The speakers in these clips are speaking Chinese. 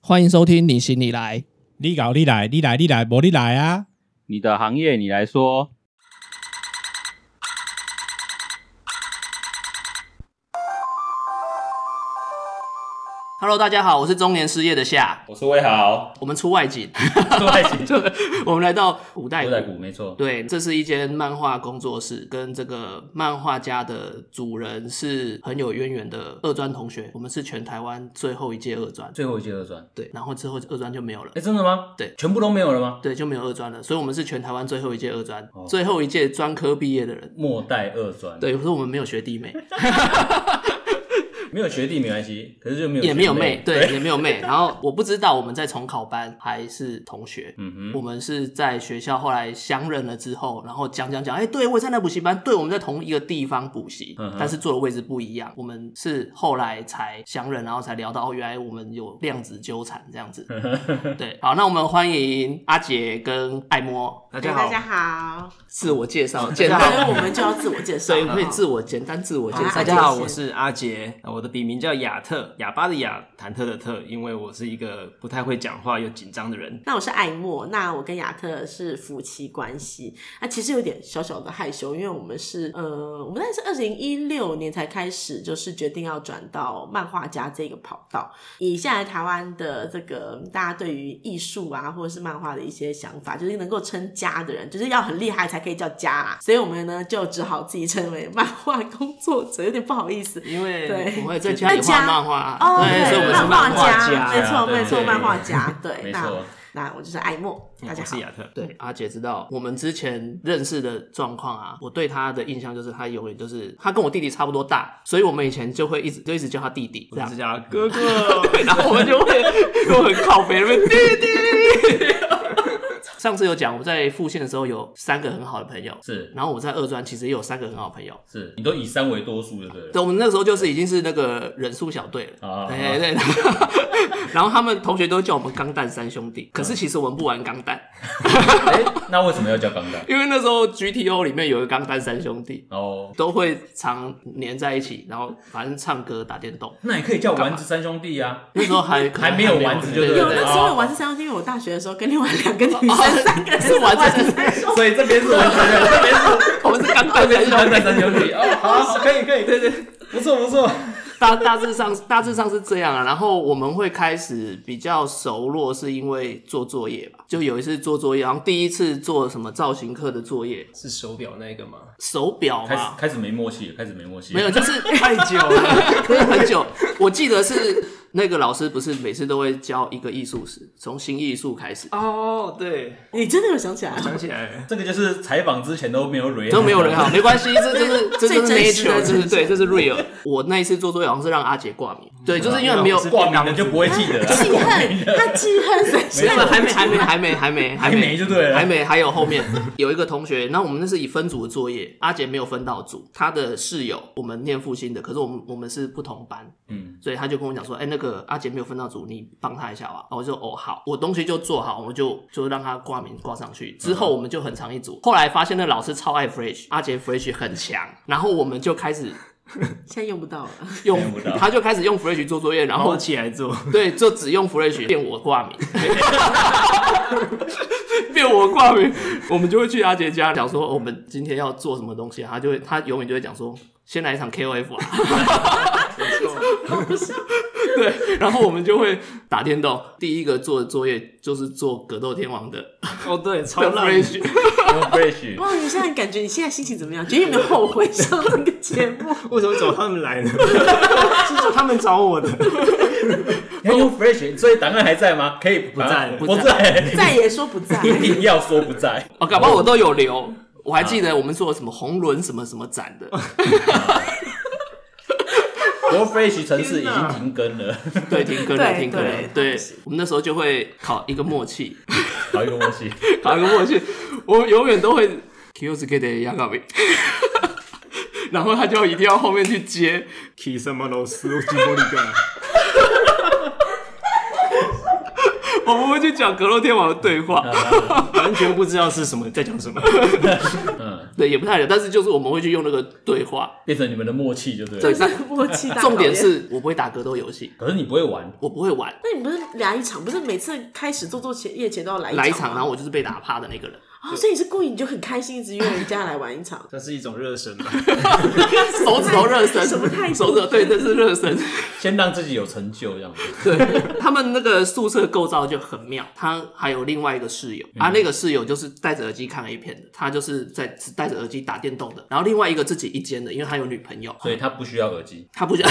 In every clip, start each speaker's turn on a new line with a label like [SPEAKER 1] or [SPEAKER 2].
[SPEAKER 1] 欢迎收听你行你来，
[SPEAKER 2] 你搞你来，你来你来，无你来啊！
[SPEAKER 3] 你的行业你来说，
[SPEAKER 1] Hello，大家好，我是中年失业的夏，
[SPEAKER 3] 我是魏豪，
[SPEAKER 1] 我们出外景，
[SPEAKER 3] 出外景
[SPEAKER 1] 我们来到古代
[SPEAKER 3] 出来股没错，
[SPEAKER 1] 对，这是一间漫画工作室，跟这个漫画家的主人是很有渊源的二专同学，我们是全台湾最后一届二专，
[SPEAKER 3] 最后一届二专，
[SPEAKER 1] 对，然后之后二专就没有了
[SPEAKER 3] 哎、。真的吗？
[SPEAKER 1] 对
[SPEAKER 3] 全部都没有了吗？
[SPEAKER 1] 对，就没有二专了，所以我们是全台湾最后一届二专，
[SPEAKER 3] 哦
[SPEAKER 1] 最后一届专科毕业的人。
[SPEAKER 3] 末代二专，，
[SPEAKER 1] 对，可是我们没 有学弟妹，
[SPEAKER 3] 没有学弟没关系，可是就没有
[SPEAKER 1] 也没有
[SPEAKER 3] 学
[SPEAKER 1] 妹，对，也没有妹。然后我不知道我们在重考班还是同学，
[SPEAKER 3] 嗯
[SPEAKER 1] 我
[SPEAKER 3] 哼，
[SPEAKER 1] 们是在学校后来相认了之后，然后讲讲讲，哎、对我也在那补习班，对，我们在同一个地方补习，
[SPEAKER 3] 嗯哼
[SPEAKER 1] 但是坐的位置不一样。我们是后来才相认，然后才聊到哦，原来我们有量子纠缠这样 子。对，好，那我们欢迎阿杰跟艾摸，大
[SPEAKER 4] 哎大家好，
[SPEAKER 1] 自我介绍，
[SPEAKER 4] 所
[SPEAKER 1] 简
[SPEAKER 4] 以我
[SPEAKER 1] 单，
[SPEAKER 4] 们就要自我介绍
[SPEAKER 1] 所以
[SPEAKER 4] 了。
[SPEAKER 1] 可以自我简单自我介
[SPEAKER 4] 好
[SPEAKER 1] 绍。
[SPEAKER 4] 啊
[SPEAKER 5] 大家好，
[SPEAKER 4] 谢谢
[SPEAKER 5] 我是阿杰，我的笔名叫亚特，哑巴的哑，忐忑的特，因为我是一个不太会讲话又紧张的人。
[SPEAKER 4] 那我是艾默，那我跟亚特是夫妻关系，那其实有点小小的害羞，因为我们是呃，我们那是二零一六年才开始，就是决定要转到漫画家这个跑道。以现在台湾的这个大家对于艺术啊，或者是漫画的一些想法，就是能够称家的人，就是要很厉害才可以叫家啦。所以我们呢就只好自己称为漫画工作者，有点不好意思。
[SPEAKER 1] 因为
[SPEAKER 4] 对
[SPEAKER 1] 我会在家里
[SPEAKER 4] 在家
[SPEAKER 1] 画漫画，
[SPEAKER 4] 哦，
[SPEAKER 1] 对，所以我们是
[SPEAKER 4] 漫
[SPEAKER 1] 漫
[SPEAKER 4] 画
[SPEAKER 1] 画
[SPEAKER 4] 家，
[SPEAKER 1] 家。
[SPEAKER 4] 没错
[SPEAKER 3] 对
[SPEAKER 4] 没错，
[SPEAKER 3] 对
[SPEAKER 4] 漫画家，对，
[SPEAKER 3] 没
[SPEAKER 4] 那
[SPEAKER 3] 错，
[SPEAKER 4] 那我就是爱默，大家
[SPEAKER 5] 我
[SPEAKER 4] 好
[SPEAKER 5] 是。亚特，
[SPEAKER 1] 对，阿姐知道我们之前认识的状况啊，我对她的印象就是她永远就是她跟我弟弟差不多大，所以我们以前就会一直就一直叫她弟弟这
[SPEAKER 5] 我
[SPEAKER 1] 样
[SPEAKER 5] 是。叫他哥哥。
[SPEAKER 1] 对，然后我们就会就很靠别人弟弟。 上次有讲，我在复线的时候有三个很好的朋友，
[SPEAKER 3] 是
[SPEAKER 1] 然后我在二专其实也有三个很好的朋友。
[SPEAKER 3] 是，你都以三为多数就对了，
[SPEAKER 1] 对，我们那个时候就是已经是那个人数小队了，
[SPEAKER 3] 啊
[SPEAKER 1] 对对对。然后 他们同学都叫我们钢蛋三兄弟，可
[SPEAKER 5] 啊
[SPEAKER 1] 是其实我们不玩钢蛋，
[SPEAKER 3] 哎、那为什么要叫钢蛋？
[SPEAKER 1] 因为那时候 GTO 里面有一个钢蛋三兄弟，
[SPEAKER 3] 哦，
[SPEAKER 1] 都会常黏在一起，然后反正唱歌、打电 动。
[SPEAKER 3] 那也可以叫丸子三兄弟 啊，
[SPEAKER 1] 那时候还
[SPEAKER 3] 还没有丸子就
[SPEAKER 1] 对
[SPEAKER 3] 对
[SPEAKER 1] 对
[SPEAKER 4] 有
[SPEAKER 3] 了
[SPEAKER 4] 那
[SPEAKER 1] 对哦
[SPEAKER 4] 时候有玩这三兄弟，因为我大学的时候跟另外两个女生， 三个人
[SPEAKER 1] 是玩这
[SPEAKER 4] 三兄弟。
[SPEAKER 3] 所以这边是丸子，这边 是
[SPEAKER 1] 我们是刚
[SPEAKER 3] 这
[SPEAKER 1] 刚
[SPEAKER 3] 边是
[SPEAKER 1] 才
[SPEAKER 3] 钢蛋 三兄弟哦，好，可以可以，对对，不错不错，
[SPEAKER 1] 大大致上大致上是这样啊。然后我们会开始比较熟络，是因为做作业吧。就有一次做作业，然后第一次做什么造型课的作业，
[SPEAKER 5] 是手表那个吗？
[SPEAKER 1] 手表
[SPEAKER 3] 开始
[SPEAKER 1] 嘛，
[SPEAKER 3] 开始没默契了，开始没默契了，
[SPEAKER 1] 没有，就是
[SPEAKER 5] 太久了，
[SPEAKER 1] 真的很久。我记得是那个老师不是每次都会教一个艺术史，从新艺术开始。
[SPEAKER 5] 哦，对，
[SPEAKER 4] 你真的有想起来？
[SPEAKER 5] 想起来了，
[SPEAKER 3] 这个就是采访之前都没有蕊，
[SPEAKER 1] 都没有 人好，没关系，这就是这就是
[SPEAKER 4] 最真实的
[SPEAKER 1] nature，这
[SPEAKER 4] 真
[SPEAKER 1] 是
[SPEAKER 4] 相
[SPEAKER 1] 对，这是 real。我那一次做作业好像是让阿杰挂名，对，
[SPEAKER 3] 嗯
[SPEAKER 1] 就是因为
[SPEAKER 3] 啊
[SPEAKER 1] 没有
[SPEAKER 5] 是
[SPEAKER 3] 挂名的就不会记得 了，
[SPEAKER 4] 记恨，他记恨谁？
[SPEAKER 3] 没错
[SPEAKER 1] 啊没有还没还没还没还没
[SPEAKER 3] 还没就对了
[SPEAKER 1] 还没还有后面有一个同学，那我们那是以分组的作业，阿杰没有分到组，他的室友我们念复兴的，可是我们我们是不同班，
[SPEAKER 3] 嗯，
[SPEAKER 1] 所以他就跟我讲说，哎、那个阿杰没有分到组，你帮他一下吧。然后我就哦好，我东西就做好，我就就让他挂名挂上去。之后我们就很长一组，后来发现那老师超爱 Fresh，阿杰 Fresh 很强，然后我们就开始
[SPEAKER 4] 现在用不到了。
[SPEAKER 1] 用
[SPEAKER 3] 用不到，
[SPEAKER 1] 他就开始用 Fresh 做作业，然后
[SPEAKER 5] 后起来做，
[SPEAKER 1] 对，就只用 Fresh 变我挂名， 变我挂名，我们就会去阿杰家，讲说我们今天要做什么东西啊，他就会他永远就会讲说，先来一场 KOF 啊， 对，然后我们就会打电动，第一个做的作业就是做格斗天王的
[SPEAKER 5] 哦， 对，超
[SPEAKER 1] 的
[SPEAKER 5] 烂，
[SPEAKER 1] Fresh，
[SPEAKER 3] 用 Fresh
[SPEAKER 4] 哇，你现在感觉你现在心情怎么样？觉得有没有后悔上这个节目？
[SPEAKER 5] 为什么找他们来 呢？是找他们找我的，
[SPEAKER 3] 要用 Fresh，所以档案还在吗？可以不
[SPEAKER 5] 在
[SPEAKER 3] 不在，
[SPEAKER 4] 再也说 不在。
[SPEAKER 3] 硬要说不在，
[SPEAKER 1] 哦，搞不好我都有留。我还记
[SPEAKER 5] 啊
[SPEAKER 1] 得我们做了什么红轮什么什么展的，
[SPEAKER 3] 不过 Fresh 城市已经停更了，
[SPEAKER 1] 对，听歌了，
[SPEAKER 4] 对
[SPEAKER 1] 听歌了
[SPEAKER 4] 对，
[SPEAKER 1] 对，我们那时候就会考一个默契，
[SPEAKER 3] 好一个默契，
[SPEAKER 1] 搞一个默契，我永远都会 Q 是 K 的亚高比， 然后他就一定要后面去接，
[SPEAKER 5] 提什么螺丝，我吉波利干。
[SPEAKER 1] 我们会去讲格洛天王的对话，
[SPEAKER 4] 嗯
[SPEAKER 5] 完全不知道是什么在讲什么。。
[SPEAKER 3] 嗯，
[SPEAKER 1] 对，也不太了，但是就是我们会去用那个对话。
[SPEAKER 3] 变成你们的默契就对
[SPEAKER 1] 对
[SPEAKER 3] 了。
[SPEAKER 4] 就是默契大考验
[SPEAKER 1] 重点，是我不会打格斗游戏，
[SPEAKER 3] 可是你不会玩，
[SPEAKER 1] 我不会玩，
[SPEAKER 4] 那你不是来一场，不是每次开始做做前夜前都要来
[SPEAKER 1] 来一
[SPEAKER 4] 一
[SPEAKER 1] 场，
[SPEAKER 4] 场吗？
[SPEAKER 1] 然后我就是被打趴的那个人。
[SPEAKER 4] 哦，所以你是故意，你就很开心，一直约人家来玩一场
[SPEAKER 5] 这是一种热身吧，
[SPEAKER 1] 手指头热身，
[SPEAKER 4] 什么态度
[SPEAKER 1] 手指头对，这是热身。
[SPEAKER 3] 先让自己有成就这样子。
[SPEAKER 1] 对他们那个宿舍构造就很妙，他还有另外一个室友啊，那个室友就是戴着耳机看 A 片的，他就是在只戴着耳机打电动的，然后另外一个自己一间的，因为他有女朋友，
[SPEAKER 3] 所以他不需要耳机。
[SPEAKER 1] 他不想，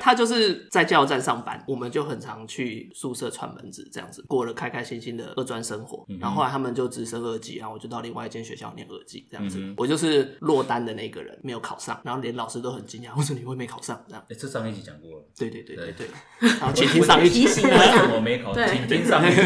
[SPEAKER 1] 他就是在加油站上班，我们就很常去宿舍串门子，这样子过了开开心心的二专生活。然后后来他们就直升二技，然啊后我就到另外一间学校念二技，这样子。我就是落单的那个人，没有考上，然后连老师都很惊讶，为什么你会没考上？这样，
[SPEAKER 3] 哎，这上一集讲过了，
[SPEAKER 1] 对对对对对。然后请听上一集
[SPEAKER 4] 提，醒一
[SPEAKER 3] 为什
[SPEAKER 4] 下，
[SPEAKER 3] 么没考？
[SPEAKER 4] 对
[SPEAKER 3] 请听上一集。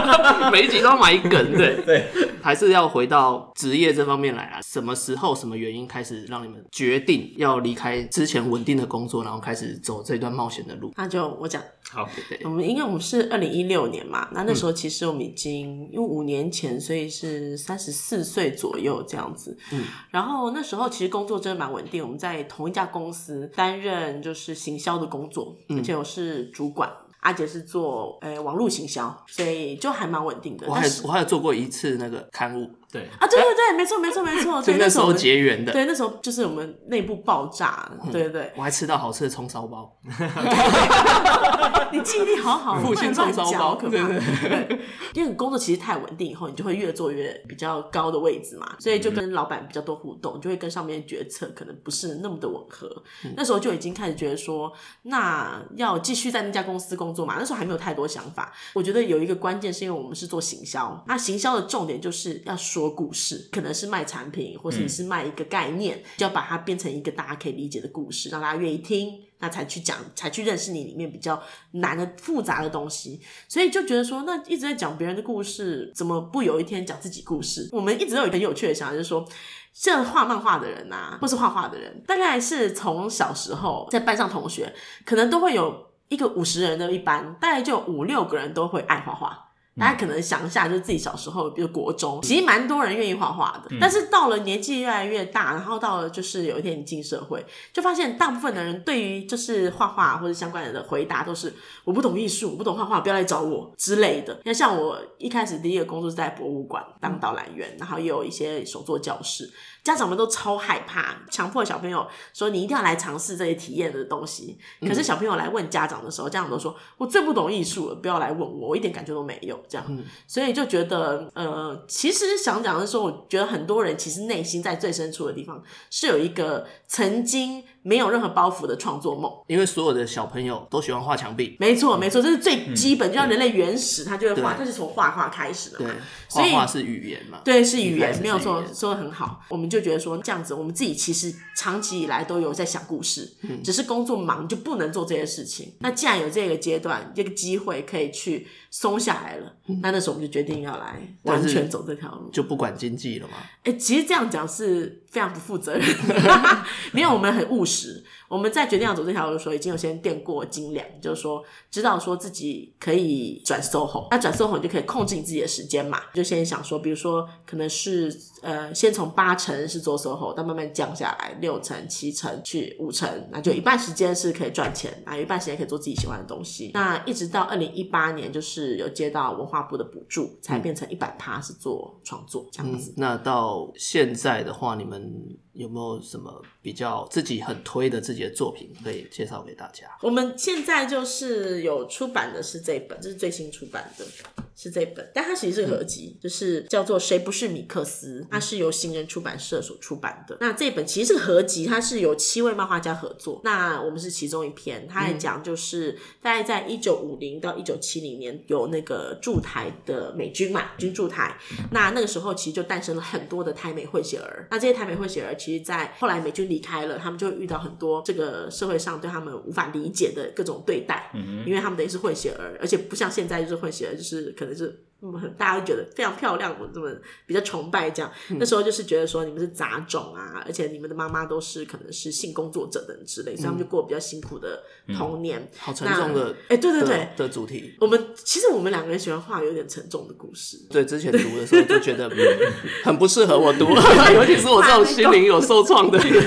[SPEAKER 1] 每一集都要埋梗， 对
[SPEAKER 3] 对。
[SPEAKER 1] 还是要回到职业这方面来啦。什么时候、什么原因开始让你们决定要离开之前稳定的工作，然后开始走这段冒险的路？
[SPEAKER 4] 那就我讲，
[SPEAKER 5] 好，
[SPEAKER 1] 对嗯
[SPEAKER 4] 我们因为我们是二零一六年嘛，那那时候其实我们已经、因为五年前，所以是三十四岁左右这样子。
[SPEAKER 1] 嗯，
[SPEAKER 4] 然后那时候其实工作真的蛮稳定，我们在同一家公司担任就是行销的工作，
[SPEAKER 1] 嗯
[SPEAKER 4] 而且我是主管。阿杰是做呃网络行销，所以就还蛮稳定的。
[SPEAKER 1] 我
[SPEAKER 4] 但
[SPEAKER 1] 还
[SPEAKER 4] 是
[SPEAKER 1] 我还有做过一次那个刊物，
[SPEAKER 5] 对，
[SPEAKER 4] 啊，对对对，没错没错没错，
[SPEAKER 1] 就
[SPEAKER 4] 哦对
[SPEAKER 1] 那时
[SPEAKER 4] 我
[SPEAKER 1] 候
[SPEAKER 4] 们
[SPEAKER 1] 结缘的，嗯
[SPEAKER 4] 对，那时候就是我们内部爆炸，对对对，
[SPEAKER 1] 我还吃到好吃的葱烧包，
[SPEAKER 4] 你记忆力好好，
[SPEAKER 1] 父亲
[SPEAKER 4] 不
[SPEAKER 1] 葱
[SPEAKER 4] 然
[SPEAKER 1] 烧
[SPEAKER 4] 乱讲
[SPEAKER 1] 包
[SPEAKER 4] 好可
[SPEAKER 1] 对
[SPEAKER 4] 怕。对，因为你工作其实太稳定，以后你就会越做越比较高的位置嘛，所以就跟老板比较多互动，你就会跟上面的决策可能不是那么的吻合。那时候就已经开始觉得说，那要继续在那家公司工作嘛，那时候还没有太多想法。我觉得有一个关键是因为我们是做行销，那行销的重点就是要说故事，可能是卖产品，或是你是卖一个概念，就要把它变成一个大家可以理解的故事，让大家愿意听。那才去讲，才去认识你里面比较难的、复杂的东西，所以就觉得说，那一直在讲别人的故事，怎么不有一天讲自己故事？我们一直都有一个很有趣的想法，就是说，像画漫画的人呐、或是画画的人，大概是从小时候在班上同学，可能都会有一个五十人的一班，大概就有五六个人都会爱画画。大家可能想一下，就是自己小时候，比如国中，其实蛮多人愿意画画的。但是到了年纪越来越大，然后到了就是有一天你进社会，就发现大部分的人对于就是画画或者相关的回答都是我不懂艺术，我不懂画画，不要来找我之类的。那像我一开始第一个工作是在博物馆当导览员，然后也有一些手作教室，家长们都超害怕，强迫小朋友说你一定要来尝试这些体验的东西。可是小朋友来问家长的时候，家长都说我最不懂艺术了，不要来问我，我一点感觉都没有。这样，所以就觉得呃，其实想讲的是说，我觉得很多人其实内心在最深处的地方是有一个曾经没有任何包袱的创作梦。
[SPEAKER 1] 因为所有的小朋友都喜欢画墙壁，
[SPEAKER 4] 没错，没错，这是最基本，就像人类原始，他就会画，
[SPEAKER 1] 对
[SPEAKER 4] 他是从画画开始的
[SPEAKER 1] 对
[SPEAKER 4] 嘛。，
[SPEAKER 1] 画
[SPEAKER 4] 所以
[SPEAKER 1] 画是语言嘛，
[SPEAKER 4] 对，是语
[SPEAKER 1] 一开
[SPEAKER 4] 言
[SPEAKER 1] 始，是
[SPEAKER 4] 没有
[SPEAKER 1] 语
[SPEAKER 4] 错，
[SPEAKER 1] 言
[SPEAKER 4] 说的很好。我们就觉得说这样子，我们自己其实长期以来都有在想故事，
[SPEAKER 1] 嗯
[SPEAKER 4] 只是工作忙就不能做这些事情。那既然有这个阶段，这个机会可以去松下来了，那那时候我们就决定要来
[SPEAKER 1] 嗯但
[SPEAKER 4] 完
[SPEAKER 1] 是
[SPEAKER 4] 全走这条路。
[SPEAKER 1] 就不管经济了嘛，
[SPEAKER 4] 哎、其实这样讲是非常不负责任的，没有，我们很务实。我们在决定要走这条路的时候，已经有先垫过斤两，就是说知道说自己可以转 SOHO，那转 SOHO 你就可以控制你自己的时间嘛。就先想说，比如说可能是呃，先从八成是做 SOHO，但慢慢降下来，六成、七成去五成，那就一半时间是可以赚钱，那有一半时间可以做自己喜欢的东西。那一直到二零一八年，就是有接到文化部的补助，才变成一百趴是做创作这样
[SPEAKER 1] 嗯
[SPEAKER 4] 子。，
[SPEAKER 1] 那到现在的话，你们有没有什么比较自己很推的自己的作品可以介绍给大家？
[SPEAKER 4] 我们现在就是有出版的是这一本，这是最新出版的，是这一本，但它其实是合集，就是叫做《谁不是米克斯》，它是由行人出版社所出版的。那这本其实是合集，它是有七位漫画家合作，那我们是其中一篇，它也讲就是大概在一九五零到一九七零年有那个驻台的美军嘛，军驻台，那那个时候其实就诞生了很多的台美混血儿。那这些台美混血儿，其实在后来美军离开了，他们就会遇到很多这个社会上对他们无法理
[SPEAKER 1] 嗯
[SPEAKER 4] 解的各种对待，因为他们等于是混血儿，而且不像现在就是混血儿，就是可能是。嗯大家会觉得非常漂亮，我这么比较崇拜这样。
[SPEAKER 1] 嗯
[SPEAKER 4] 那时候就是觉得说你们是杂种啊，而且你们的妈妈都是可能是性工作者等之类，所以他们就过比较辛苦的童年。
[SPEAKER 1] 嗯好沉重的，
[SPEAKER 4] 哎对对对
[SPEAKER 1] 的的主题。
[SPEAKER 4] 我们其实我们两个人喜欢画有点沉重的故事，
[SPEAKER 1] 对，之前读的时候就觉得嗯很不适合我 读，尤其是我这种心灵有受创的人。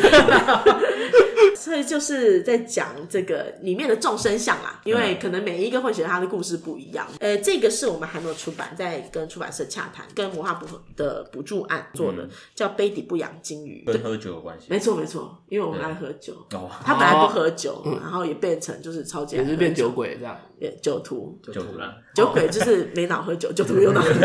[SPEAKER 4] 所以就是在讲这个里面的众生相
[SPEAKER 1] 嗯
[SPEAKER 4] 啦，因为可能每一个混血他的故事不一样。呃，这个是我们还没有出版，在跟出版社洽谈，跟文化部的补助案做
[SPEAKER 1] 嗯
[SPEAKER 4] 的，叫“杯底不养金鱼”。
[SPEAKER 3] 跟喝酒有关系。
[SPEAKER 4] 没错没错，因为我们爱喝酒，
[SPEAKER 3] 哦，
[SPEAKER 4] 他本来不喝酒，然后也变成就是超级
[SPEAKER 1] 嗯
[SPEAKER 4] 爱
[SPEAKER 1] 也
[SPEAKER 4] 喝
[SPEAKER 1] 是变酒鬼这样，
[SPEAKER 4] 对酒徒。
[SPEAKER 3] 酒徒啦，
[SPEAKER 4] 酒鬼就是没脑喝酒，酒徒有脑喝 酒。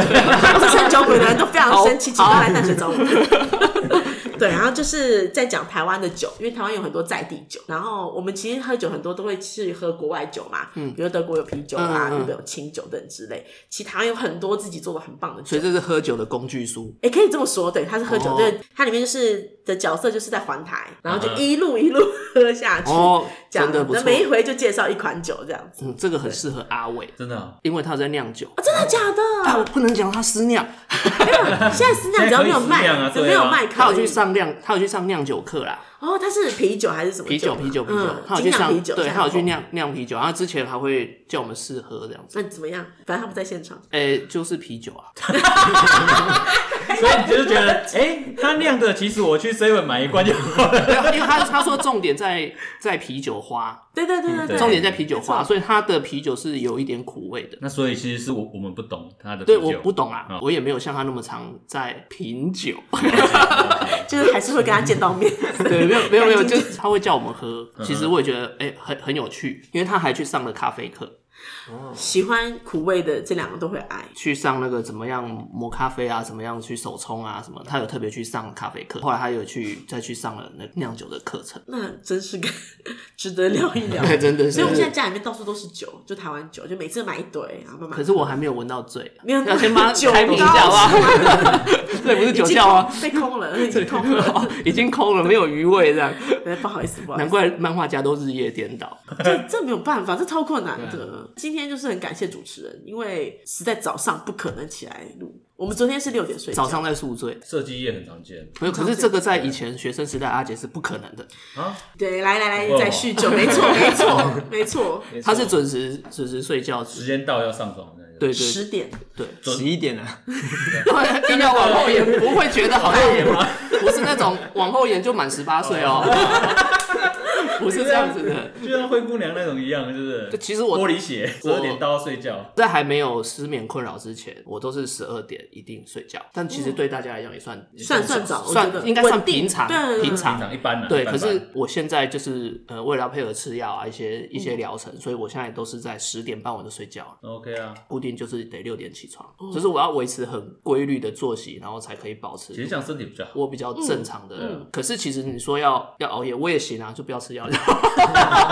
[SPEAKER 4] 自称酒鬼的人都非常生气，请他来淡水找我们。对，然后就是在讲台湾的酒，因为台湾有很多在地酒，然后我们其实喝酒很多都会去喝国外酒嘛，嗯，比如德国有啤酒啊，
[SPEAKER 1] 嗯嗯嗯
[SPEAKER 4] 日本有清酒等之类。其实台湾有很多自己做的很棒的酒
[SPEAKER 1] 所以，这是喝酒的工具书。
[SPEAKER 4] 也可以这么说，对，他是喝酒，
[SPEAKER 1] 哦
[SPEAKER 4] 对，它里面就是的角色就是在环台，然后就一路一路喝下去，
[SPEAKER 1] 哦，
[SPEAKER 4] 这样
[SPEAKER 1] 真的不
[SPEAKER 4] 那
[SPEAKER 1] 错。
[SPEAKER 4] 每一回就介绍一款酒这样子，
[SPEAKER 1] 嗯，这个很适合阿伟，
[SPEAKER 3] 真的哦。
[SPEAKER 1] 因为他有在酿酒。
[SPEAKER 4] 啊真的假
[SPEAKER 1] 啊，
[SPEAKER 4] 的？
[SPEAKER 1] 不能讲他私酿，
[SPEAKER 4] 现在私酿只要没有卖，
[SPEAKER 3] 现在可以私酿啊
[SPEAKER 4] 只要没有卖
[SPEAKER 1] 他
[SPEAKER 4] 可
[SPEAKER 1] 有去
[SPEAKER 4] 以。
[SPEAKER 1] 上酿，他有去上酿酒课啦，
[SPEAKER 4] 哦，它是啤酒还是什么
[SPEAKER 1] 啤酒
[SPEAKER 4] 吗
[SPEAKER 1] 啤酒啤酒
[SPEAKER 4] 嗯，
[SPEAKER 1] 他有去
[SPEAKER 4] 精酿
[SPEAKER 1] 上
[SPEAKER 4] 啤，酒，
[SPEAKER 1] 对，
[SPEAKER 4] 这样
[SPEAKER 1] 他有去
[SPEAKER 4] 子。
[SPEAKER 1] 酿酿啤酒，然后之前还会叫我们试喝这样子，
[SPEAKER 4] 那怎么样？反正他不在现场，
[SPEAKER 1] 哎，就是啤酒啊，
[SPEAKER 3] 所以你就觉得，哎，他酿的，其实我去 seven 买一罐就好了。
[SPEAKER 1] 没有 因为他他说重点在在啤酒花，
[SPEAKER 4] 对对对对对，
[SPEAKER 1] 重点在啤酒花，
[SPEAKER 4] 没错
[SPEAKER 1] 所以他的啤酒是有一点苦味的。
[SPEAKER 3] 那所以其实是我我们不懂他的啤
[SPEAKER 1] 对，
[SPEAKER 3] 酒，
[SPEAKER 1] 我不懂啊
[SPEAKER 3] 嗯，
[SPEAKER 1] 我也没有像他那么常在品酒，
[SPEAKER 4] 就是还是会跟他见到面。
[SPEAKER 1] 对，没有没有 没有，
[SPEAKER 4] 干
[SPEAKER 1] 就
[SPEAKER 4] 净
[SPEAKER 1] 是他会叫我们
[SPEAKER 3] 嗯
[SPEAKER 1] 喝，其实我也觉得哎、很很有趣，因为他还去上了咖啡课，
[SPEAKER 4] 喜欢苦味的这两个都会爱。
[SPEAKER 1] 去上那个怎么样磨咖啡啊，怎么样去手冲啊，什么，他有特别去上咖啡课，后来他有去再去上了那酿酒的课程，
[SPEAKER 4] 那真是个 值得聊一聊。
[SPEAKER 1] 对，真的是。
[SPEAKER 4] 所以我们现在家里面到处都是酒，就台湾酒，就每次买一堆，然后慢慢。
[SPEAKER 1] 可是我还没有闻到醉，啊
[SPEAKER 4] 没有
[SPEAKER 1] 要先帮他
[SPEAKER 4] 酒
[SPEAKER 1] 开瓶一下
[SPEAKER 4] 吧，
[SPEAKER 1] 吧， 对，不是酒窖啊，
[SPEAKER 4] 已经空被空了，已经空了，
[SPEAKER 1] 已经空了，没有余味这样，
[SPEAKER 4] 对不好意思，不好意
[SPEAKER 1] 难
[SPEAKER 4] 思，
[SPEAKER 1] 怪漫画家都日夜颠倒。
[SPEAKER 4] 这 这没有办法，这超困难的。今天就是很感谢主持人，因为实在早上不可能起来录，我们昨天是六点睡觉，
[SPEAKER 1] 早上在宿醉，
[SPEAKER 3] 设计业很常见
[SPEAKER 1] 没有。可是这个在以前学生时代，阿杰是不可能的。
[SPEAKER 3] 啊。
[SPEAKER 4] 对，来来来，
[SPEAKER 3] 哦
[SPEAKER 4] 再酗酒，没错没错没错，
[SPEAKER 1] 他是准时准时睡觉，
[SPEAKER 3] 时间到要上床的那种，
[SPEAKER 1] 对对
[SPEAKER 4] 十点
[SPEAKER 5] 十一点了，
[SPEAKER 1] 对，硬要往后延，不会觉得好像延吗？不是那种往后延就满十八岁 哦，不是这样子的。
[SPEAKER 3] 就像灰姑娘那种一样，是不是？
[SPEAKER 1] 其实我
[SPEAKER 3] 玻璃鞋，十
[SPEAKER 1] 我
[SPEAKER 3] 二点到要睡觉。
[SPEAKER 1] 在还没有失眠困扰之前，我都是十二点一定睡觉，但其实对大家来讲也算
[SPEAKER 4] 嗯算算早，我觉
[SPEAKER 1] 算
[SPEAKER 4] 得
[SPEAKER 1] 应该算
[SPEAKER 4] 稳定
[SPEAKER 1] 平常
[SPEAKER 4] 对
[SPEAKER 1] 平
[SPEAKER 3] 平
[SPEAKER 1] 常。
[SPEAKER 3] 常一般啦，
[SPEAKER 1] 对，
[SPEAKER 3] 一般
[SPEAKER 1] 可
[SPEAKER 3] 般
[SPEAKER 1] 是我现在就是呃，为了要配合吃药啊，一些
[SPEAKER 3] 嗯
[SPEAKER 1] 一些疗程，所以我现在都是在十点半我就睡觉了
[SPEAKER 3] OK 啊。
[SPEAKER 1] 固定就是得六点起床，
[SPEAKER 3] 嗯
[SPEAKER 1] 就是我要维持很规律的作息，然后才可以保持
[SPEAKER 3] 其实嗯这样身体比较好，
[SPEAKER 1] 我比较正常的人。可是其实你说要要熬夜，我也行啊，就不要吃药。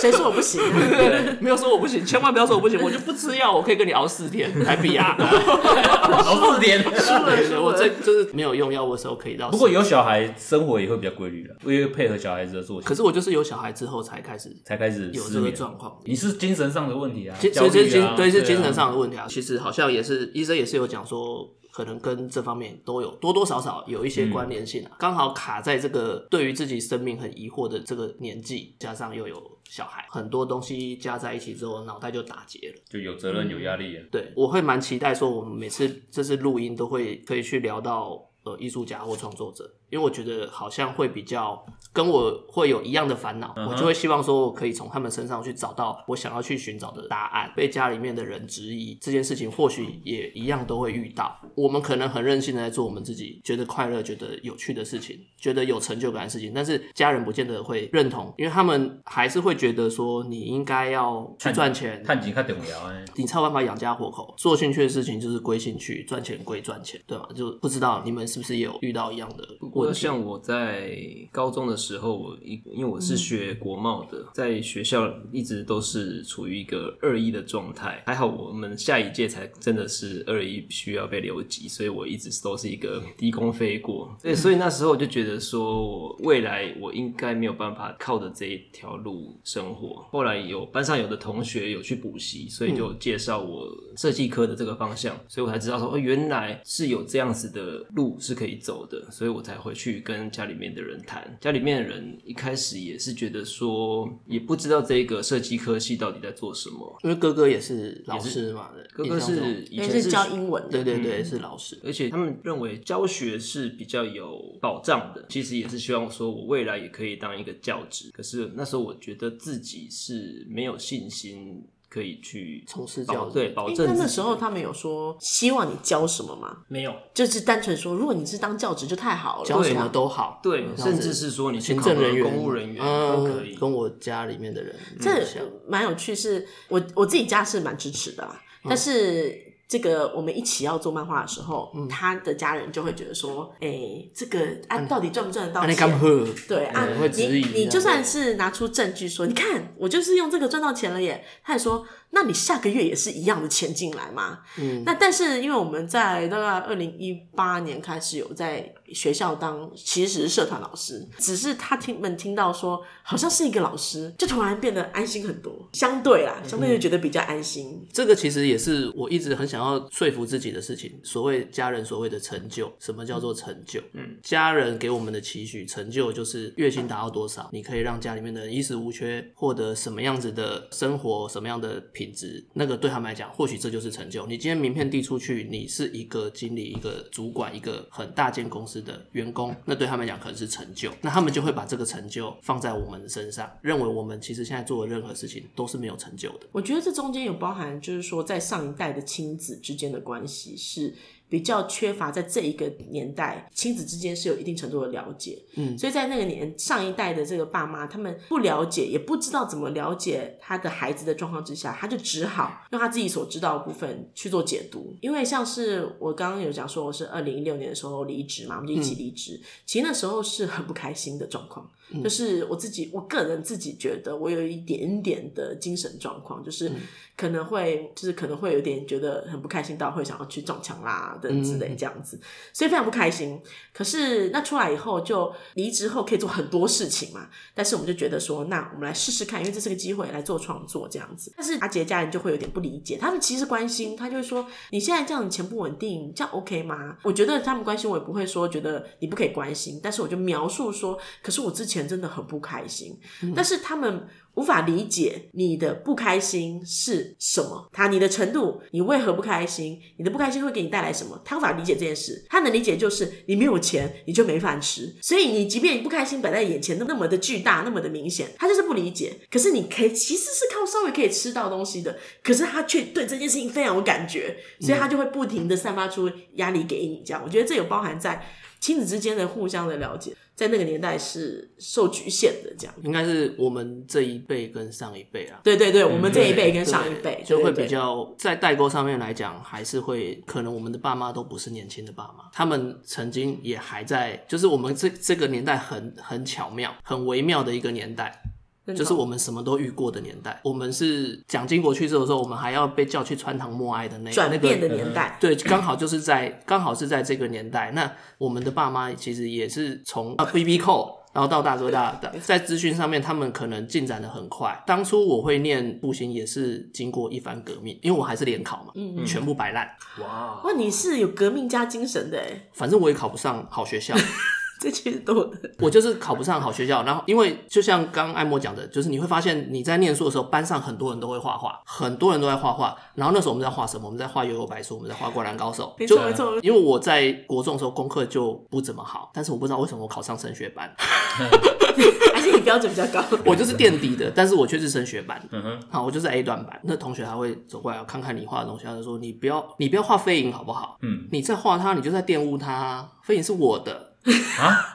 [SPEAKER 4] 谁说我不行？啊
[SPEAKER 1] 没有说我不行，千万不要说我不行，我就不吃药，我可以跟你熬四 天，还比啊。
[SPEAKER 3] 熬四天。
[SPEAKER 1] 对对我这就是没有用药物的时候可以到。
[SPEAKER 3] 不过，有小孩，生活也会比较规律了，因为配合小孩子的作息
[SPEAKER 1] 可，是我就是有小孩之后才开始
[SPEAKER 3] 才开始
[SPEAKER 1] 有
[SPEAKER 3] 失
[SPEAKER 1] 这个
[SPEAKER 3] 眠。
[SPEAKER 1] 状况。
[SPEAKER 3] 你是精神上的问题啊，
[SPEAKER 1] 其
[SPEAKER 3] 焦虑
[SPEAKER 1] 实
[SPEAKER 3] 啊
[SPEAKER 1] 是精对是
[SPEAKER 3] 啊
[SPEAKER 1] 精神上的问题啊，其实好像也是医生也是有讲说，可能跟这方面都有多多少少有一些
[SPEAKER 3] 嗯
[SPEAKER 1] 关联性啊。刚好卡在这个对于自己生命很疑惑的这个年纪，加上又有小孩，很多东西加在一起之后，脑袋就打结了。
[SPEAKER 3] 就有责任有压力啊。
[SPEAKER 1] 对，我会蛮期待说，我们每次这次录音都会可以去聊到呃艺术家或创作者，因为我觉得好像会比较跟我会有一样的烦恼，
[SPEAKER 3] 嗯哼
[SPEAKER 1] 我就会希望说我可以从他们身上去找到我想要去寻找的答案。被家里面的人质疑这件事情，或许也一样都会遇到。我们可能很任性的在做我们自己觉得快乐、觉得有趣的事情，觉得有成就感的事情，但是家人不见得会认同，因为他们还是会觉得说你应该要去赚钱，
[SPEAKER 3] 探井看重要哎，
[SPEAKER 1] 你才有办法养家活口。做兴趣的事情就是归兴趣，赚钱归赚钱，对吧？就不知道你们是不是也有遇到一样的问
[SPEAKER 5] 我
[SPEAKER 1] 题？
[SPEAKER 5] 像我在高中的时候，我一因为我
[SPEAKER 1] 嗯
[SPEAKER 5] 是学国贸的，在学校一直都是处于一个二一的状态。还好我们下一届才真的是二一需要被留级，所以我一直都是一个低空飞过。对，所以那时候我就觉得说，我未来我应该没有办法靠着这一条路生活。后来有班上有的同学有去补习，所以就介绍我设计科的这个方向，所以我才知道说，哦，原来是有这样子的路是可以走的，所以我才回去跟家里面的人谈。家里面的人一开始也是觉得说，也不知道这个设计科系到底在做什么。
[SPEAKER 1] 因为哥哥也是老师嘛，
[SPEAKER 5] 哥哥
[SPEAKER 1] 印象中
[SPEAKER 5] 是嗯以
[SPEAKER 4] 因为
[SPEAKER 5] 前
[SPEAKER 4] 是教英文的
[SPEAKER 1] 对，对对，是老师。
[SPEAKER 5] 而且他们认为教学是比较有保障的，其实也是希望说我未来也可以当一个教职。可是那时候我觉得自己是没有信心可以去
[SPEAKER 1] 从事
[SPEAKER 5] 保
[SPEAKER 1] 教职
[SPEAKER 5] 哦对保
[SPEAKER 4] 因
[SPEAKER 5] 证
[SPEAKER 4] 为
[SPEAKER 5] 自己
[SPEAKER 4] 那
[SPEAKER 5] 的
[SPEAKER 4] 时候他们有说希望你教什么嘛，
[SPEAKER 3] 没有，
[SPEAKER 4] 就是单纯说，如果你是当教职就太好了，
[SPEAKER 1] 教什
[SPEAKER 4] 对
[SPEAKER 1] 么
[SPEAKER 4] 啊
[SPEAKER 1] 都好，
[SPEAKER 5] 对
[SPEAKER 1] 然，后
[SPEAKER 5] 甚至是说你去
[SPEAKER 1] 行
[SPEAKER 5] 考
[SPEAKER 1] 政
[SPEAKER 5] 核
[SPEAKER 1] 人员、
[SPEAKER 5] 公务人员
[SPEAKER 1] 嗯
[SPEAKER 5] 都可以。
[SPEAKER 1] 跟我家里面的人很
[SPEAKER 4] 这
[SPEAKER 1] 像，
[SPEAKER 4] 蛮有趣是，我我自己家是蛮支持的啦，
[SPEAKER 1] 嗯
[SPEAKER 4] 但是。这个我们一起要做漫画的时候，
[SPEAKER 1] 嗯
[SPEAKER 4] 他的家人就会觉得说：“哎、这个啊，到底赚不赚得到
[SPEAKER 1] 啊，
[SPEAKER 4] 钱
[SPEAKER 1] 你？干喝？
[SPEAKER 4] 对啊
[SPEAKER 1] 嗯会，质
[SPEAKER 4] 你
[SPEAKER 1] 疑这
[SPEAKER 4] 你
[SPEAKER 1] 样
[SPEAKER 4] 就算是拿出证据说，你看我就是用这个赚到钱了耶，他也说，那你下个月也是一样的钱进来嘛。
[SPEAKER 1] 嗯，
[SPEAKER 4] 那但是因为我们在大概二零一八年开始有在学校当，其实是社团老师，只是他听们听到说好像是一个老师，就突然变得安心很多，相对啦，相
[SPEAKER 1] 嗯
[SPEAKER 4] 对就觉得比较安心。
[SPEAKER 1] 这个其实也是我一直很想要说服自己的事情。所谓家人所谓的成就，什么叫做成就？嗯，家人给我们的期许，成就就是月薪达到多少，你可以让家里面的人衣食无缺，获得什么样子的生活，什么样的品质。那个对他们来讲，或许这就是成就。你今天名片递出去，你是一个经理、一个主管、一个很大间公司的员工，那对他们来讲可能是成就。那他们就会把这个成就放在我们的身上，认为我们其实现在做的任何事情都是没有成就的。
[SPEAKER 4] 我觉得这中间有包含，就是说在上一代的亲子之间的关系是比较缺乏，在这一个年代，亲子之间是有一定程度的了解。
[SPEAKER 1] 嗯
[SPEAKER 4] 所以在那个年上一代的这个爸妈，他们不了解，也不知道怎么了解他的孩子的状况之下，他就只好用他自己所知道的部分去做解读。因为像是我刚刚有讲说，我是二零一六年的时候离职嘛，我们就一起离职。其实那时候是很不开心的状况。 就是我自己，我个人自己觉得，我有一点点的精神状况，就是可能会，就是可能会有点觉得很不开心，到会想要去撞墙啦等之类这样子，所以非常不开心。可是那出来以后，就离职后可以做很多事情嘛，但是我们就觉得说，那我们来试试看，因为这是个机会来做创作这样子。但是阿杰家人就会有点不理解，他们其实关心，他就会说你现在这样你钱不稳定，这样 OK 吗？我觉得他们关心我也不会说觉得你不可以关心，但是我就描述说，可是我之前真的很不开心，但是他们。无法理解你的不开心是什么，他你的程度，你为何不开心？你的不开心会给你带来什么？他无法理解这件事，他能理解就是你没有钱，你就没饭吃，所以你即便你不开心摆在眼前，那那么的巨大，那么的明显，他就是不理解。可是你可以其实是靠稍微可以吃到东西的，可是他却对这件事情非常有感觉，所以他就会不停的散发出压力给你。这样，我觉得这有包含在亲子之间的互相的了解，在那个年代是受局限的。这样，
[SPEAKER 1] 应该是我们这一辈跟上一辈啊，
[SPEAKER 4] 对对对，我们这一辈
[SPEAKER 1] 对
[SPEAKER 4] 跟上一辈
[SPEAKER 1] 就会
[SPEAKER 4] 对对对
[SPEAKER 1] 比较在代沟上面来讲，还是会可能我们的爸妈都不是年轻的爸妈，他们曾经也还在，就是我们这这个年代很很巧妙、很微妙的一个年代。就是我们什么都遇过的年代，我们是蒋经国去世的时候，我们还要被叫去穿堂默哀的那
[SPEAKER 4] 转
[SPEAKER 1] 那个嗯
[SPEAKER 4] 变的年代。
[SPEAKER 1] 对，刚好就是在刚好是在这个年代，那我们的爸妈其实也是从啊 B B 扣。然后到大哥大，大在资讯上面，他们可能进展的很快。当初我会念步行，也是经过一番革命，因为我还是联考嘛，全部摆烂，
[SPEAKER 5] 哇，
[SPEAKER 4] 哇，你是有革命家精神的哎，
[SPEAKER 1] 反正我也考不上好学校，
[SPEAKER 4] 这其实都
[SPEAKER 1] 我就是考不上好学校。然后，因为就像刚刚艾莫讲的，就是你会发现你在念书的时候，班上很多人都会画画，很多人都在画画。然后那时候我们在画什么？我们在画《悠悠白书》，我们在画《灌篮高手》，
[SPEAKER 4] 没
[SPEAKER 1] 就
[SPEAKER 4] 错没错。
[SPEAKER 1] 因为我在国中的时候功课就不怎么好，但是我不知道为什么我考上升学班，
[SPEAKER 4] 而且你标准比较高。
[SPEAKER 1] 我就是垫底的，但是我却是升学班。
[SPEAKER 3] 嗯哼，
[SPEAKER 1] 好，我就是 A 段班。那同学还会走过来看看你画的东西，他就说：“你不要，你不要画飞影好不好？
[SPEAKER 3] 嗯
[SPEAKER 1] 你再画它，你就在玷污它。飞影是我的，
[SPEAKER 3] 啊，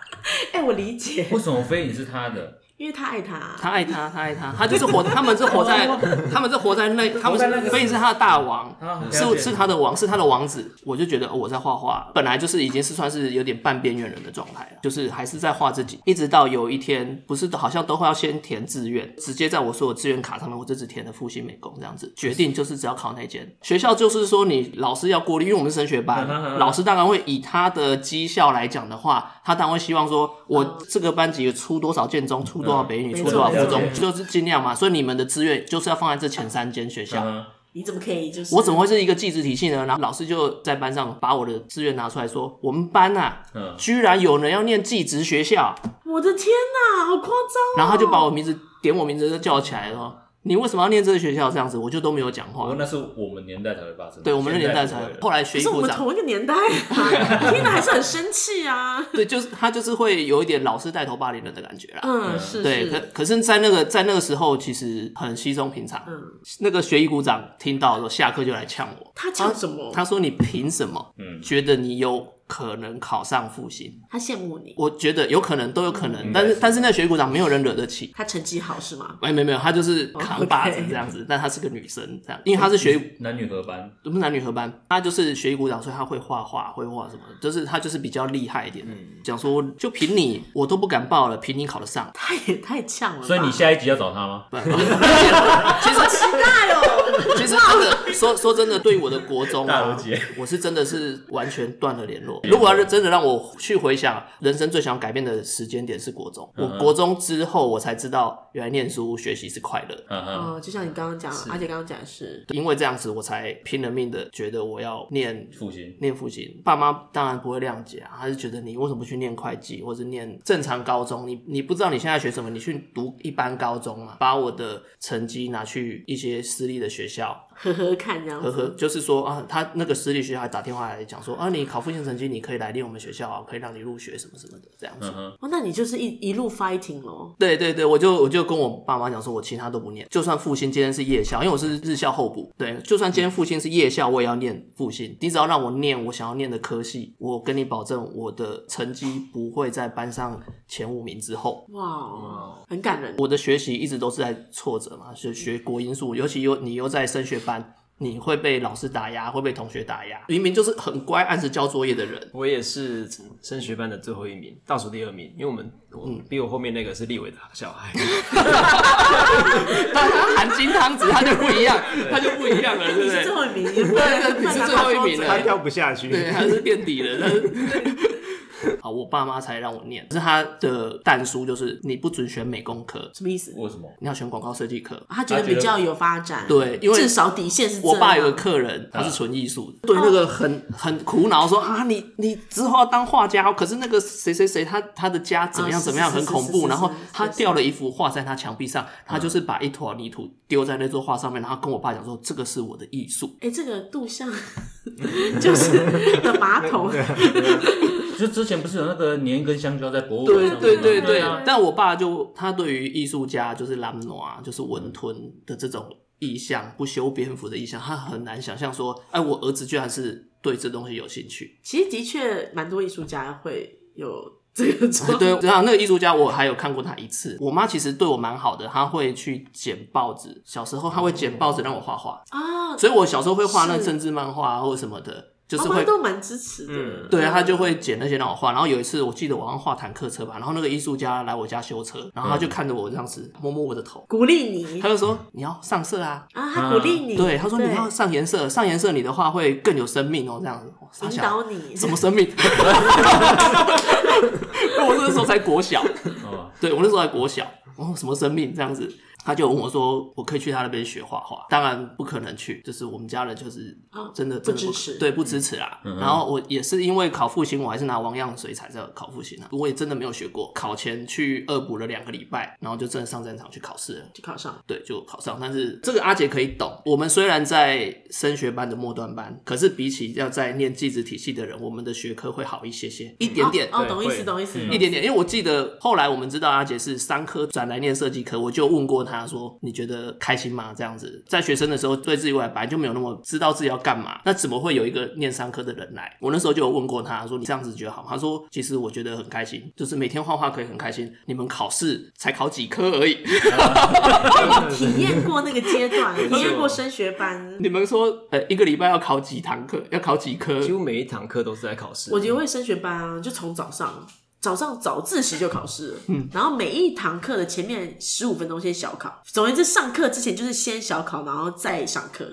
[SPEAKER 4] 哎、我理解，
[SPEAKER 3] 为什么非你是他的？
[SPEAKER 4] 因因为他爱他，
[SPEAKER 1] 他爱他，他爱他，他就是活， 他们是活 在，他们是活在那，他们
[SPEAKER 3] 活在那个
[SPEAKER 1] 是飞是他的大王
[SPEAKER 3] 啊，了解
[SPEAKER 1] 是是他的王，是他的王子。我就觉得哦我在画画，本来就是已经是算是有点半边缘人的状态了，就是还是在画自己。一直到有一天，不是好像都会要先填志愿，直接在我所有志愿卡上面，我这次填的复兴美工这样子，决定就是只要考那间学校，就是说你老师要过滤，因为我们是升学班
[SPEAKER 3] 嗯嗯，嗯
[SPEAKER 1] 老师当然会以他的绩效来讲的话，他当然会希望说我这个班级出多少建中，出多
[SPEAKER 3] 嗯
[SPEAKER 1] 少北女，
[SPEAKER 4] 没
[SPEAKER 1] 出
[SPEAKER 4] 错
[SPEAKER 1] 多少
[SPEAKER 4] 没
[SPEAKER 1] 附
[SPEAKER 4] 错
[SPEAKER 1] 中
[SPEAKER 3] 没，
[SPEAKER 1] 就是尽量嘛。所以你们的志愿就是要放在这前三间学校。
[SPEAKER 3] 嗯
[SPEAKER 4] 你怎么可以就是
[SPEAKER 1] 我怎么会是一个寄制体系呢？然后老师就在班上把我的志愿拿出来说，我们班啊，
[SPEAKER 3] 嗯，
[SPEAKER 1] 居然有人要念寄职学校，
[SPEAKER 4] 我的天哪，好夸张！哦
[SPEAKER 1] 然后他就把我名字点我名字就叫起来了。哦你为什么要念这个学校？这样子我就都没有讲
[SPEAKER 3] 不过
[SPEAKER 1] 话。
[SPEAKER 3] 那是我们年代才会发生，
[SPEAKER 1] 啊对我们那年代才
[SPEAKER 3] 现在不会了
[SPEAKER 1] 后来学
[SPEAKER 4] 可
[SPEAKER 1] 艺
[SPEAKER 4] 是我
[SPEAKER 1] 部
[SPEAKER 4] 们
[SPEAKER 1] 长，
[SPEAKER 4] 同一个年代、啊，听了还是很生气啊。
[SPEAKER 1] 对，就是他就是会有一点老师带头霸凌人的感觉啦。
[SPEAKER 4] 嗯，是
[SPEAKER 1] 对，可
[SPEAKER 4] 是，
[SPEAKER 1] 可是，在那个在那个时候，其实很稀松平常。
[SPEAKER 4] 嗯，
[SPEAKER 1] 那个学艺股长听到的时候，下课就来呛我，
[SPEAKER 4] 他叫什么？
[SPEAKER 1] 他说：“你凭什么
[SPEAKER 3] 嗯
[SPEAKER 1] 觉得你有可能考上复兴
[SPEAKER 4] 他羡慕？”你，
[SPEAKER 1] 我觉得有可能，都有可能，
[SPEAKER 3] 嗯应该
[SPEAKER 1] 但是
[SPEAKER 3] 是
[SPEAKER 1] 但是那学艺股长没有人惹得起。
[SPEAKER 4] 他成绩好是吗？
[SPEAKER 1] 没没没有，她就是扛把子
[SPEAKER 3] 哦
[SPEAKER 4] OK
[SPEAKER 1] 这样子但她是个女生这样，
[SPEAKER 3] 嗯
[SPEAKER 1] 因为她是学艺
[SPEAKER 3] 男女合班，
[SPEAKER 1] 不是男女合班，她就是学艺股长，所以她会画画，会画什么的，就是她就是比较厉害一点。
[SPEAKER 3] 嗯
[SPEAKER 1] 讲说就凭你，我都不敢报了，凭你考得上。
[SPEAKER 4] 他也太呛了
[SPEAKER 1] 嗯
[SPEAKER 4] 吧。
[SPEAKER 3] 所以你下一集要找他吗？
[SPEAKER 1] 不然 其实
[SPEAKER 4] 期待哦。
[SPEAKER 1] 其实真的说说真的，对我的国中
[SPEAKER 3] 大和
[SPEAKER 1] 啊
[SPEAKER 3] 解，
[SPEAKER 1] 我是真的是完全断了联络。如果要是真的让我去回想人生最想改变的时间点是国中，我
[SPEAKER 3] 嗯哼
[SPEAKER 1] 国中之后我才知道，原来念书学习是快乐的。
[SPEAKER 3] 嗯嗯，
[SPEAKER 4] 哦，就像你刚刚讲，阿姐刚刚讲的是，
[SPEAKER 1] 因为这样子，我才拼了命的觉得我要念
[SPEAKER 3] 复兴，
[SPEAKER 1] 念复兴。爸妈当然不会谅解啊，他是觉得你为什么不去念会计，或是念正常高中？你你不知道你现在学什么，你去读一般高中嘛，把我的成绩拿去一些私立的学校，
[SPEAKER 4] 呵呵看这样
[SPEAKER 1] 呵呵，
[SPEAKER 4] 子。
[SPEAKER 1] 就是说啊，他那个私立学校还打电话来讲说啊，你考复兴成绩，你可以来念我们学校啊，可以让你入学什么什么的这样子。
[SPEAKER 3] 嗯哼，
[SPEAKER 4] 哦，那你就是一一路 fighting 咯。
[SPEAKER 1] 对对对，我就我就跟我爸妈讲说，我其他都不念，就算复兴今天是夜校，因为我是日校候补，对，就算今天复兴是夜校，我也要念复兴。你只要让我念我想要念的科系，我跟你保证，我的成绩不会在班上前五名之后。
[SPEAKER 4] 哇哦，很感人。
[SPEAKER 1] 我的学习一直都是在挫折嘛，学学国音数，尤其又你又在升学班，你会被老师打压，会被同学打压。明明就是很乖，按时交作业的人，
[SPEAKER 5] 我也是升学班的最后一名，倒数第二名，因为我们我比我后面那个是立伟的小孩，
[SPEAKER 1] 但他含金汤匙，他就不 一样，他就不一样了，对
[SPEAKER 4] 你
[SPEAKER 1] 不
[SPEAKER 4] 是
[SPEAKER 1] 对？
[SPEAKER 4] 最后一名，
[SPEAKER 1] 对
[SPEAKER 4] 对
[SPEAKER 1] 你是最后一名了
[SPEAKER 6] 他跳不下去。
[SPEAKER 1] 对，他是垫底的。但是 好，我爸妈才让我念，可是他的淡书就是你不准选美工科，
[SPEAKER 4] 什么意思？
[SPEAKER 3] 为什么？
[SPEAKER 1] 你要选广告设计科。
[SPEAKER 4] 他觉得比较有发展，
[SPEAKER 1] 对因为
[SPEAKER 4] 至少底线是这样。
[SPEAKER 1] 我爸有个客人，他是纯艺术的，对那个很很苦恼，说啊，你你之后要当画家哦，可是那个谁谁谁，他他的家怎么样
[SPEAKER 4] 啊是
[SPEAKER 1] 怎么样，
[SPEAKER 4] 是是
[SPEAKER 1] 很恐
[SPEAKER 4] 是是
[SPEAKER 1] 怖。然后
[SPEAKER 4] 是是
[SPEAKER 1] 他
[SPEAKER 4] 是
[SPEAKER 1] 掉了一幅画在他墙壁上，他就是把一坨泥土丢在那座画上面，然后跟我爸讲说，这个是我的艺术。
[SPEAKER 4] 哎、这个杜象 就是的马 桶，
[SPEAKER 3] 就之前不是有那个粘跟香蕉在博物馆
[SPEAKER 1] 对
[SPEAKER 3] 上面吗？
[SPEAKER 1] 对对对
[SPEAKER 3] 啊，
[SPEAKER 1] 但我爸就他对于艺术家就是拉姆啊，就是文吞的这种意向，不修边幅的意向，他很难想象说，哎，我儿子居然是对这东西有兴趣。
[SPEAKER 4] 其实的确蛮多艺术家会有这个状
[SPEAKER 1] 哎对，然后那个艺术家我还有看过他一次。我妈其实对我蛮好的，她会去剪报纸。小时候她会剪报纸让我画画，
[SPEAKER 4] 啊，
[SPEAKER 1] 所以我小时候会画那
[SPEAKER 4] 是
[SPEAKER 1] 政治漫画啊或者什么的，就是
[SPEAKER 4] 妈
[SPEAKER 1] 会嗯
[SPEAKER 4] 妈都蛮支持的。
[SPEAKER 1] 对，他就会剪那些让我画。然后有一次，我记得我好像画坦克车吧，然后那个艺术家来我家修车，然后他就看着我这样子，摸摸我的头，
[SPEAKER 4] 鼓励你
[SPEAKER 1] 他就说：“你要上色啊。”
[SPEAKER 4] 啊，他鼓励你，
[SPEAKER 1] 对，他说：“你要上颜色，上颜色你的画会更有生命哦。”这样子，哇傻
[SPEAKER 4] 引
[SPEAKER 1] 小
[SPEAKER 4] 导你，
[SPEAKER 1] 什么生命？ 我那时候才国小，
[SPEAKER 3] 哦，
[SPEAKER 1] 对我那时候在国小，哦，什么生命这样子，他就问我说，我可以去他那边学画画，当然不可能去，就是我们家人就是
[SPEAKER 4] 啊
[SPEAKER 1] 真的
[SPEAKER 4] 不
[SPEAKER 1] 真的
[SPEAKER 4] 支
[SPEAKER 1] 可
[SPEAKER 4] 持
[SPEAKER 1] 对，不支持啦。然后我也是因为考复兴，我还是拿王样水彩在考复兴啊，我也真的没有学过，考前去恶补了两个礼拜，然后就真的上战场去考试了。
[SPEAKER 4] 就考上了。
[SPEAKER 1] 对，就考上。但是这个阿杰可以懂，我们虽然在升学班的末端班，可是比起要在念技职体系的人，我们的学科会好一些些，一点点。
[SPEAKER 4] 哦，哦
[SPEAKER 5] 对
[SPEAKER 4] 懂意思，
[SPEAKER 5] 会
[SPEAKER 4] 懂意思，
[SPEAKER 1] 一点点，因为我记得后来我们知道阿杰是三科转来念设计科，我就问过他说：“你觉得开心吗？”这样子，在学生的时候对自己未来本来就没有那么知道自己要干嘛，那怎么会有一个念商科的人来？我那时候就有问过他说：“你这样子觉得好吗？”他说：“其实我觉得很开心，就是每天画画可以很开心。你们考试才考几科而已，
[SPEAKER 4] 体验过那个阶 段，体验过升学班。
[SPEAKER 1] 你们说呃一个礼拜要考几堂课，要考几科？
[SPEAKER 5] 几乎每一堂课都是在考试。
[SPEAKER 4] 我觉得会升学班啊，就从早上早上早自习就考试了，
[SPEAKER 1] 嗯
[SPEAKER 4] 然后每一堂课的前面十五分钟先小考，总而言之，上课之前就是先小考，然后再上课，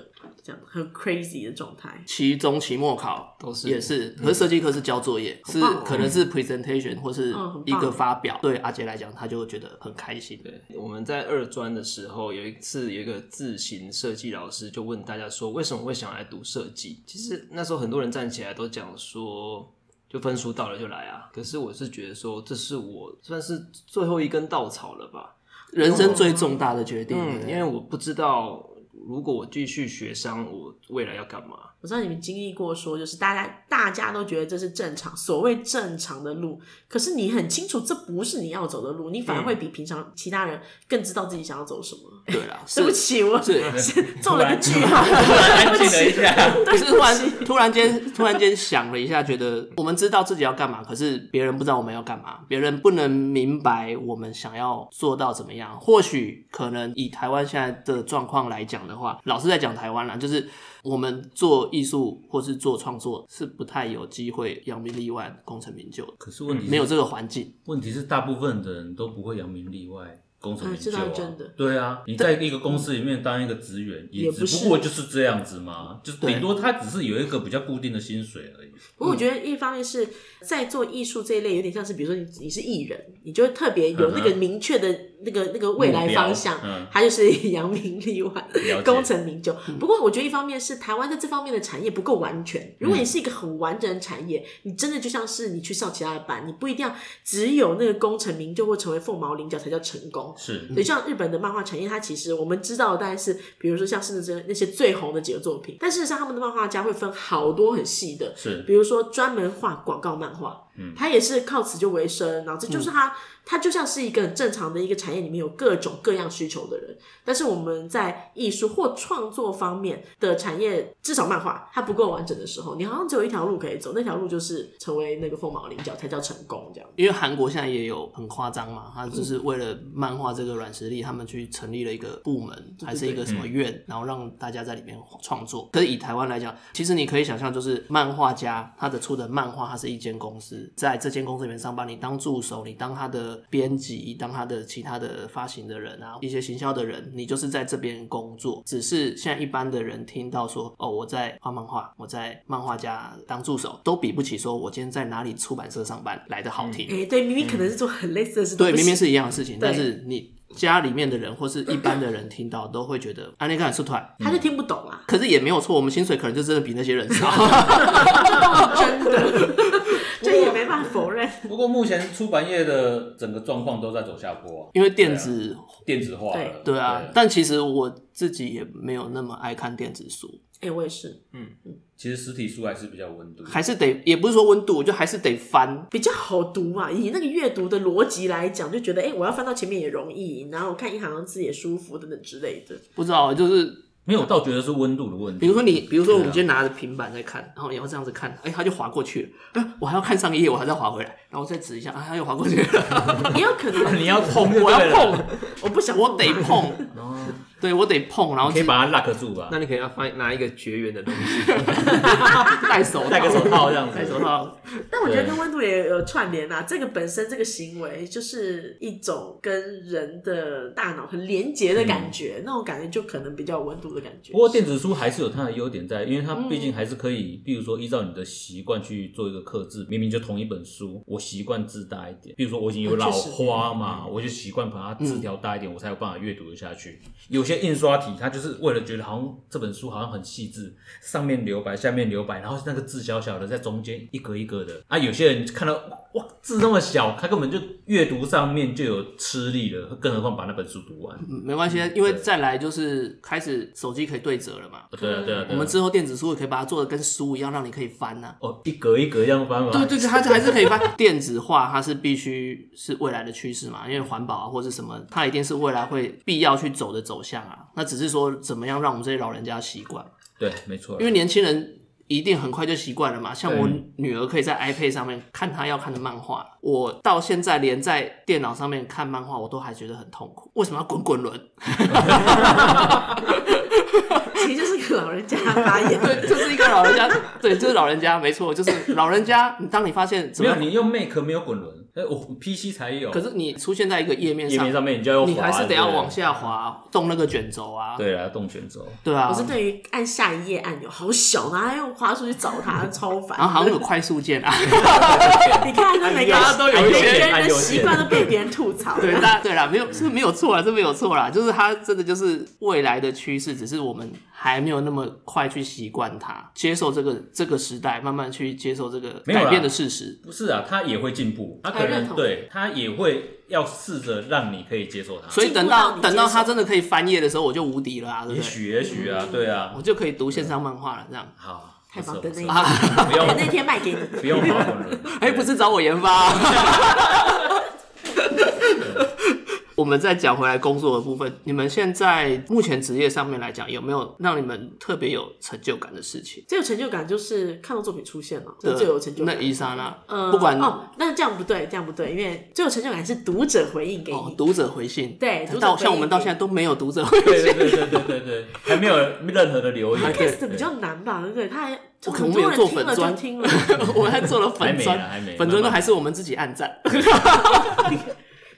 [SPEAKER 4] 这样很 crazy 的状态。
[SPEAKER 1] 期中、期末考
[SPEAKER 5] 都是
[SPEAKER 1] 也是，可是设计课是交作业，是
[SPEAKER 4] 棒哦
[SPEAKER 1] 可能是 presentation 或是
[SPEAKER 4] 嗯很棒
[SPEAKER 1] 一个发表。对阿杰来讲，他就觉得很开心。
[SPEAKER 5] 对，我们在二专的时候，有一次有一个字形设计老师就问大家说，为什么会想来读设计？其实那时候很多人站起来都讲说，就分数到了就来啊。可是我是觉得说，这是我算是最后一根稻草了吧。
[SPEAKER 1] 人生最重大的决定，
[SPEAKER 5] 嗯，因为我不知道如果我继续学商，我未来要干嘛。
[SPEAKER 4] 我知道你们经历过说，就是大家大家都觉得这是正常，所谓正常的路，可是你很清楚这不是你要走的路，你
[SPEAKER 1] 嗯
[SPEAKER 4] 反而会比平常其他人更知道自己想要走什么。
[SPEAKER 1] 对啦，
[SPEAKER 4] 对不
[SPEAKER 1] 哎是
[SPEAKER 4] 起，我
[SPEAKER 1] 是哎
[SPEAKER 4] 做了个句号，
[SPEAKER 3] 安
[SPEAKER 4] 对不
[SPEAKER 3] 静了一
[SPEAKER 4] 起，
[SPEAKER 3] 下，
[SPEAKER 1] 可是突然突然间突然间想了一下，觉得我们知道自己要干嘛，可是别人不知道我们要干嘛，别人不能明白我们想要做到怎么样。或许可能以台湾现在的状况来讲的话，老是在讲台湾啦，就是我们做艺术或是做创作是不太有机会扬名立万、功成名就的，
[SPEAKER 6] 可是问题是
[SPEAKER 1] 没有这个环境。
[SPEAKER 6] 问题是大部分的人都不会扬名立万。功成名就、啊
[SPEAKER 4] 嗯这倒是真的
[SPEAKER 6] 对啊，你在一个公司里面当一个职员，
[SPEAKER 4] 也
[SPEAKER 6] 也
[SPEAKER 4] 不
[SPEAKER 6] 只
[SPEAKER 4] 是
[SPEAKER 6] 不过就是这样子嘛，就是
[SPEAKER 1] 对
[SPEAKER 6] 顶多他只是有一个比较固定的薪水而已。
[SPEAKER 4] 不过我觉
[SPEAKER 6] 嗯
[SPEAKER 4] 得一方面是在做艺术这一类，有点像是比如说你你是艺人，你就会特别有那个
[SPEAKER 6] 嗯哼
[SPEAKER 4] 明确的那个那个未来方向
[SPEAKER 6] 目标嗯，
[SPEAKER 4] 它就是扬名立万
[SPEAKER 6] 了解、嗯
[SPEAKER 4] 功成名就。不过我觉得一方面是台湾在这方面的产业不够完全，如果你是一个很完整的产业，
[SPEAKER 6] 嗯
[SPEAKER 4] 你真的就像是你去上其他的班，你不一定要只有那个功成名就或成为凤毛麟角才叫成功。
[SPEAKER 6] 是，
[SPEAKER 4] 对，像日本的漫画产业，它其实我们知道的当然是，比如说像是那些那些最红的几个作品，但事实上他们的漫画家会分好多很细的，
[SPEAKER 6] 是
[SPEAKER 4] 比如说专门画广告漫画，嗯，他也是靠此就为生，然后这就是他，他就像是一个很正常的一个产业里面有各种各样需求的人，但是我们在艺术或创作方面的产业，至少漫画它不够完整的时候，你好像只有一条路可以走，那条路就是成为那个凤毛麟角才叫成功这样。
[SPEAKER 1] 因为韩国现在也有很夸张嘛，他就是为了漫画这个软实力，他们去成立了一个部门，还是一个什么院，然后让大家在里面创作。可是以台湾来讲，其实你可以想象，就是漫画家他的出的漫画，他是一间公司，在这间公司里面上班，你当助手，你当他的编辑，当他的其他的发行的人啊，一些行销的人，你就是在这边工作。只是现在一般的人听到说，哦，我在画漫画，我在漫画家当助手，都比不起说我今天在哪里出版社上班来的好听。
[SPEAKER 4] 哎、对，明明可能是做很类似的事，
[SPEAKER 1] 对，
[SPEAKER 4] 不
[SPEAKER 1] 明明是一样的事情，
[SPEAKER 4] 对
[SPEAKER 1] 但是你家里面的人或是一般的人听到都会觉得啊安利感是团，
[SPEAKER 4] 他就听不懂 啊。
[SPEAKER 1] 可是也没有错，我们薪水可能就真的比那些人少。
[SPEAKER 4] 真的，这也没办法否认。
[SPEAKER 6] 不过目前出版业的整个状况都在走下坡、啊
[SPEAKER 1] 因为电子，
[SPEAKER 6] 电子化了。
[SPEAKER 1] 对啊，但其实我自己也没有那么爱看电子书，
[SPEAKER 4] 哎、我也是，
[SPEAKER 6] 其实实体书还是比较有温度。
[SPEAKER 1] 还是得，也不是说温度，我就还是得翻。
[SPEAKER 4] 比较好读嘛。以那个阅读的逻辑来讲，就觉得哎、我要翻到前面也容易，然后我看一行字也舒服，等等之类的。
[SPEAKER 1] 不知道，就是
[SPEAKER 6] 没有，我倒觉得是温度的问
[SPEAKER 1] 比
[SPEAKER 6] 题。
[SPEAKER 1] 如说你，比如说我们今天拿着平板在看，然后你要这样子看，哎、它就划过去了，哎、我还要看上一页，我还再划回来，然后我再指一下，啊，它又划过去了，
[SPEAKER 4] 也有可能
[SPEAKER 3] 你要碰就
[SPEAKER 1] 我要
[SPEAKER 3] 对了，哦
[SPEAKER 1] 碰，
[SPEAKER 4] 我不想
[SPEAKER 1] 我得
[SPEAKER 4] 它，
[SPEAKER 1] 碰，对我得碰，然后
[SPEAKER 6] 可以
[SPEAKER 1] 去
[SPEAKER 6] 把它 lock 住吧
[SPEAKER 5] 那。你可能要翻拿一个绝缘的东西，
[SPEAKER 1] 戴手
[SPEAKER 3] 戴个手套这样子
[SPEAKER 1] 戴手套，
[SPEAKER 4] 但我觉得跟温度也有串联啊。这个本身这个行为就是一种跟人的大脑很连结的感觉，那种感觉就可能比较有温度的感觉。
[SPEAKER 6] 不过电子书还是有它的优点在，因为它
[SPEAKER 1] 嗯
[SPEAKER 6] 毕竟还是可以，比如说依照你的习惯去做一个克制。明明就同一本书，我习惯字大一
[SPEAKER 1] 啊嗯
[SPEAKER 6] 点，比如说我已经有老花嘛，我就习惯把它字条大一点，我才有办法阅读得下去。有些印刷体，它就是为了觉得好像这本书好像很细致，上面留白，下面留白，然后那个字小小的在中间一格一格的啊。有些人看到哇字那么小，他根本就阅读上面就有吃力了，更何况把那本书读完。
[SPEAKER 1] 嗯没关系，因为再来就是开始手机可以对折了嘛。
[SPEAKER 6] 对啊对啊对啊，
[SPEAKER 1] 我们之后电子书也可以把它做的跟书一样，让你可以翻啊呐、
[SPEAKER 6] 哦一格一格这样翻嘛。
[SPEAKER 1] 对对对，它还是可以翻。电子化它是必须是未来的趋势嘛，因为环保啊或是什么，它一定是未来会必要去走的走向啊。那只是说怎么样让我们这些老人家习惯，
[SPEAKER 6] 对，没错。
[SPEAKER 1] 因为年轻人。一定很快就习惯了嘛，像我女儿可以在 iPad 上面看她要看的漫画，我到现在连在电脑上面看漫画我都还觉得很痛苦。为什么要滚滚轮？
[SPEAKER 4] 其实就是个老人家的发言。
[SPEAKER 1] 对，这是一个老人家，对，这是老人家，没错，就是老人家。你当你发现怎
[SPEAKER 6] 没
[SPEAKER 1] 么
[SPEAKER 6] 有，
[SPEAKER 1] 样，
[SPEAKER 6] 你用 Make 没有滚轮，哎，我 PC 才有。
[SPEAKER 1] 可是你出现在一个页面
[SPEAKER 6] 页
[SPEAKER 1] 上
[SPEAKER 6] 面，上面你就要
[SPEAKER 1] 你还是得要往
[SPEAKER 6] 下。
[SPEAKER 1] 下滑，动那个卷轴啊。
[SPEAKER 6] 对啊，动卷轴。
[SPEAKER 1] 对啊
[SPEAKER 4] 我，是对于按下一页按钮好小，然后还用滑出去找它，超烦。
[SPEAKER 1] 然后啊好像有快速键 啊，
[SPEAKER 4] 你看，这每个
[SPEAKER 1] 大家都有一
[SPEAKER 4] 每
[SPEAKER 1] 些
[SPEAKER 4] 个人
[SPEAKER 6] 按
[SPEAKER 4] 的
[SPEAKER 6] 钮键
[SPEAKER 4] 习惯都被别人吐槽。
[SPEAKER 1] 对，大家对啦，没有这没有错啦，这没有错啦，就是它真的就是未来的趋势，只是我们还没有那么快去习惯它，接受这个这个时代，慢慢去接受这个
[SPEAKER 6] 没有啦
[SPEAKER 1] 改变的事实。
[SPEAKER 6] 不是啊，他也会进步，他可
[SPEAKER 4] 还认
[SPEAKER 6] 能
[SPEAKER 4] 同
[SPEAKER 6] 对他也会要试着让你可以接受他。
[SPEAKER 1] 所以等
[SPEAKER 4] 进步到
[SPEAKER 1] 到
[SPEAKER 4] 你
[SPEAKER 1] 等到
[SPEAKER 4] 接受
[SPEAKER 1] 它真的可以翻页的时候，我就无敌了啊，对
[SPEAKER 6] 也
[SPEAKER 1] 不对？
[SPEAKER 6] 许也许啊，对啊
[SPEAKER 1] 嗯我，就可以读线上漫画了，这样。
[SPEAKER 6] 好，
[SPEAKER 4] 太棒
[SPEAKER 6] 不
[SPEAKER 4] 了，
[SPEAKER 6] 错
[SPEAKER 4] 等
[SPEAKER 6] 不错
[SPEAKER 4] 那一
[SPEAKER 1] 啊
[SPEAKER 4] 天，
[SPEAKER 6] 不用
[SPEAKER 4] 等那天卖给你。
[SPEAKER 6] 不用滑滚轮，
[SPEAKER 1] 哎、不是找我研发、啊。 我们再讲回来工作的部分，你们现在目前职业上面来讲，有没有让你们特别有成就感的事情？
[SPEAKER 4] 最有成就感就是看到作品出现了，这
[SPEAKER 1] 这
[SPEAKER 4] 是最有成就感。
[SPEAKER 1] 那伊莎呢？
[SPEAKER 4] 呃，
[SPEAKER 1] 不管
[SPEAKER 4] 哦，那这样不对，这样不对，因为最有成就感是读者回应给
[SPEAKER 1] 哦
[SPEAKER 4] 你，
[SPEAKER 1] 读者回信，
[SPEAKER 4] 对读者
[SPEAKER 1] 到
[SPEAKER 4] 回
[SPEAKER 1] 像我们
[SPEAKER 4] 应
[SPEAKER 1] 到
[SPEAKER 4] 给
[SPEAKER 1] 现在都没有读者回
[SPEAKER 6] 对
[SPEAKER 1] 信，
[SPEAKER 6] 对对对对对对，还没有任何的留 言，
[SPEAKER 4] ，podcast 比较难吧，对不对？他还
[SPEAKER 1] 我
[SPEAKER 4] 很
[SPEAKER 1] 我们
[SPEAKER 4] 多
[SPEAKER 1] 有
[SPEAKER 4] 人
[SPEAKER 1] 做
[SPEAKER 4] 听
[SPEAKER 1] 粉
[SPEAKER 4] 了就
[SPEAKER 1] 砖
[SPEAKER 4] 听了，
[SPEAKER 1] 我们还做了
[SPEAKER 6] 还
[SPEAKER 1] 粉
[SPEAKER 6] 没啦
[SPEAKER 1] 砖，
[SPEAKER 6] 还没，
[SPEAKER 1] 粉砖都
[SPEAKER 6] 慢慢
[SPEAKER 1] 还是我们自己按赞。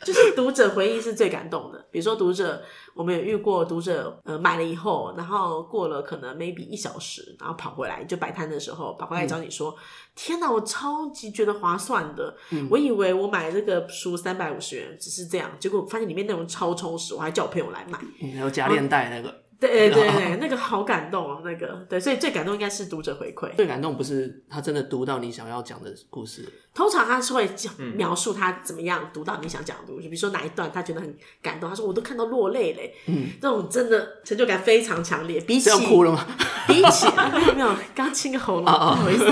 [SPEAKER 4] 就是读者回应是最感动的。比如说读者，我们有遇过读者，呃，买了以后，然后过了可能 maybe 一小时，然后跑回来就摆摊的时候跑回来找你说：“天哪，我超级觉得划算的！我以为我买这个书三百五十元只是这样，结果发现里面内容超充实，我还叫我朋友来买。”
[SPEAKER 1] 还有夹链带那个
[SPEAKER 4] 对对对对，那个好感动哦，那个对，所以最感动应该是读者回馈。
[SPEAKER 1] 最感动，不是他真的读到你想要讲的故事，
[SPEAKER 4] 通常他是会讲描述他怎么样读到你想讲的东西，比如说哪一段他觉得很感动，他说我都看到落泪嘞，嗯，这种真的成就感非常强烈，比
[SPEAKER 1] 是
[SPEAKER 4] 起
[SPEAKER 1] 要哭了吗？
[SPEAKER 4] 比起、啊、没有没有，刚清个喉咙，不好意思，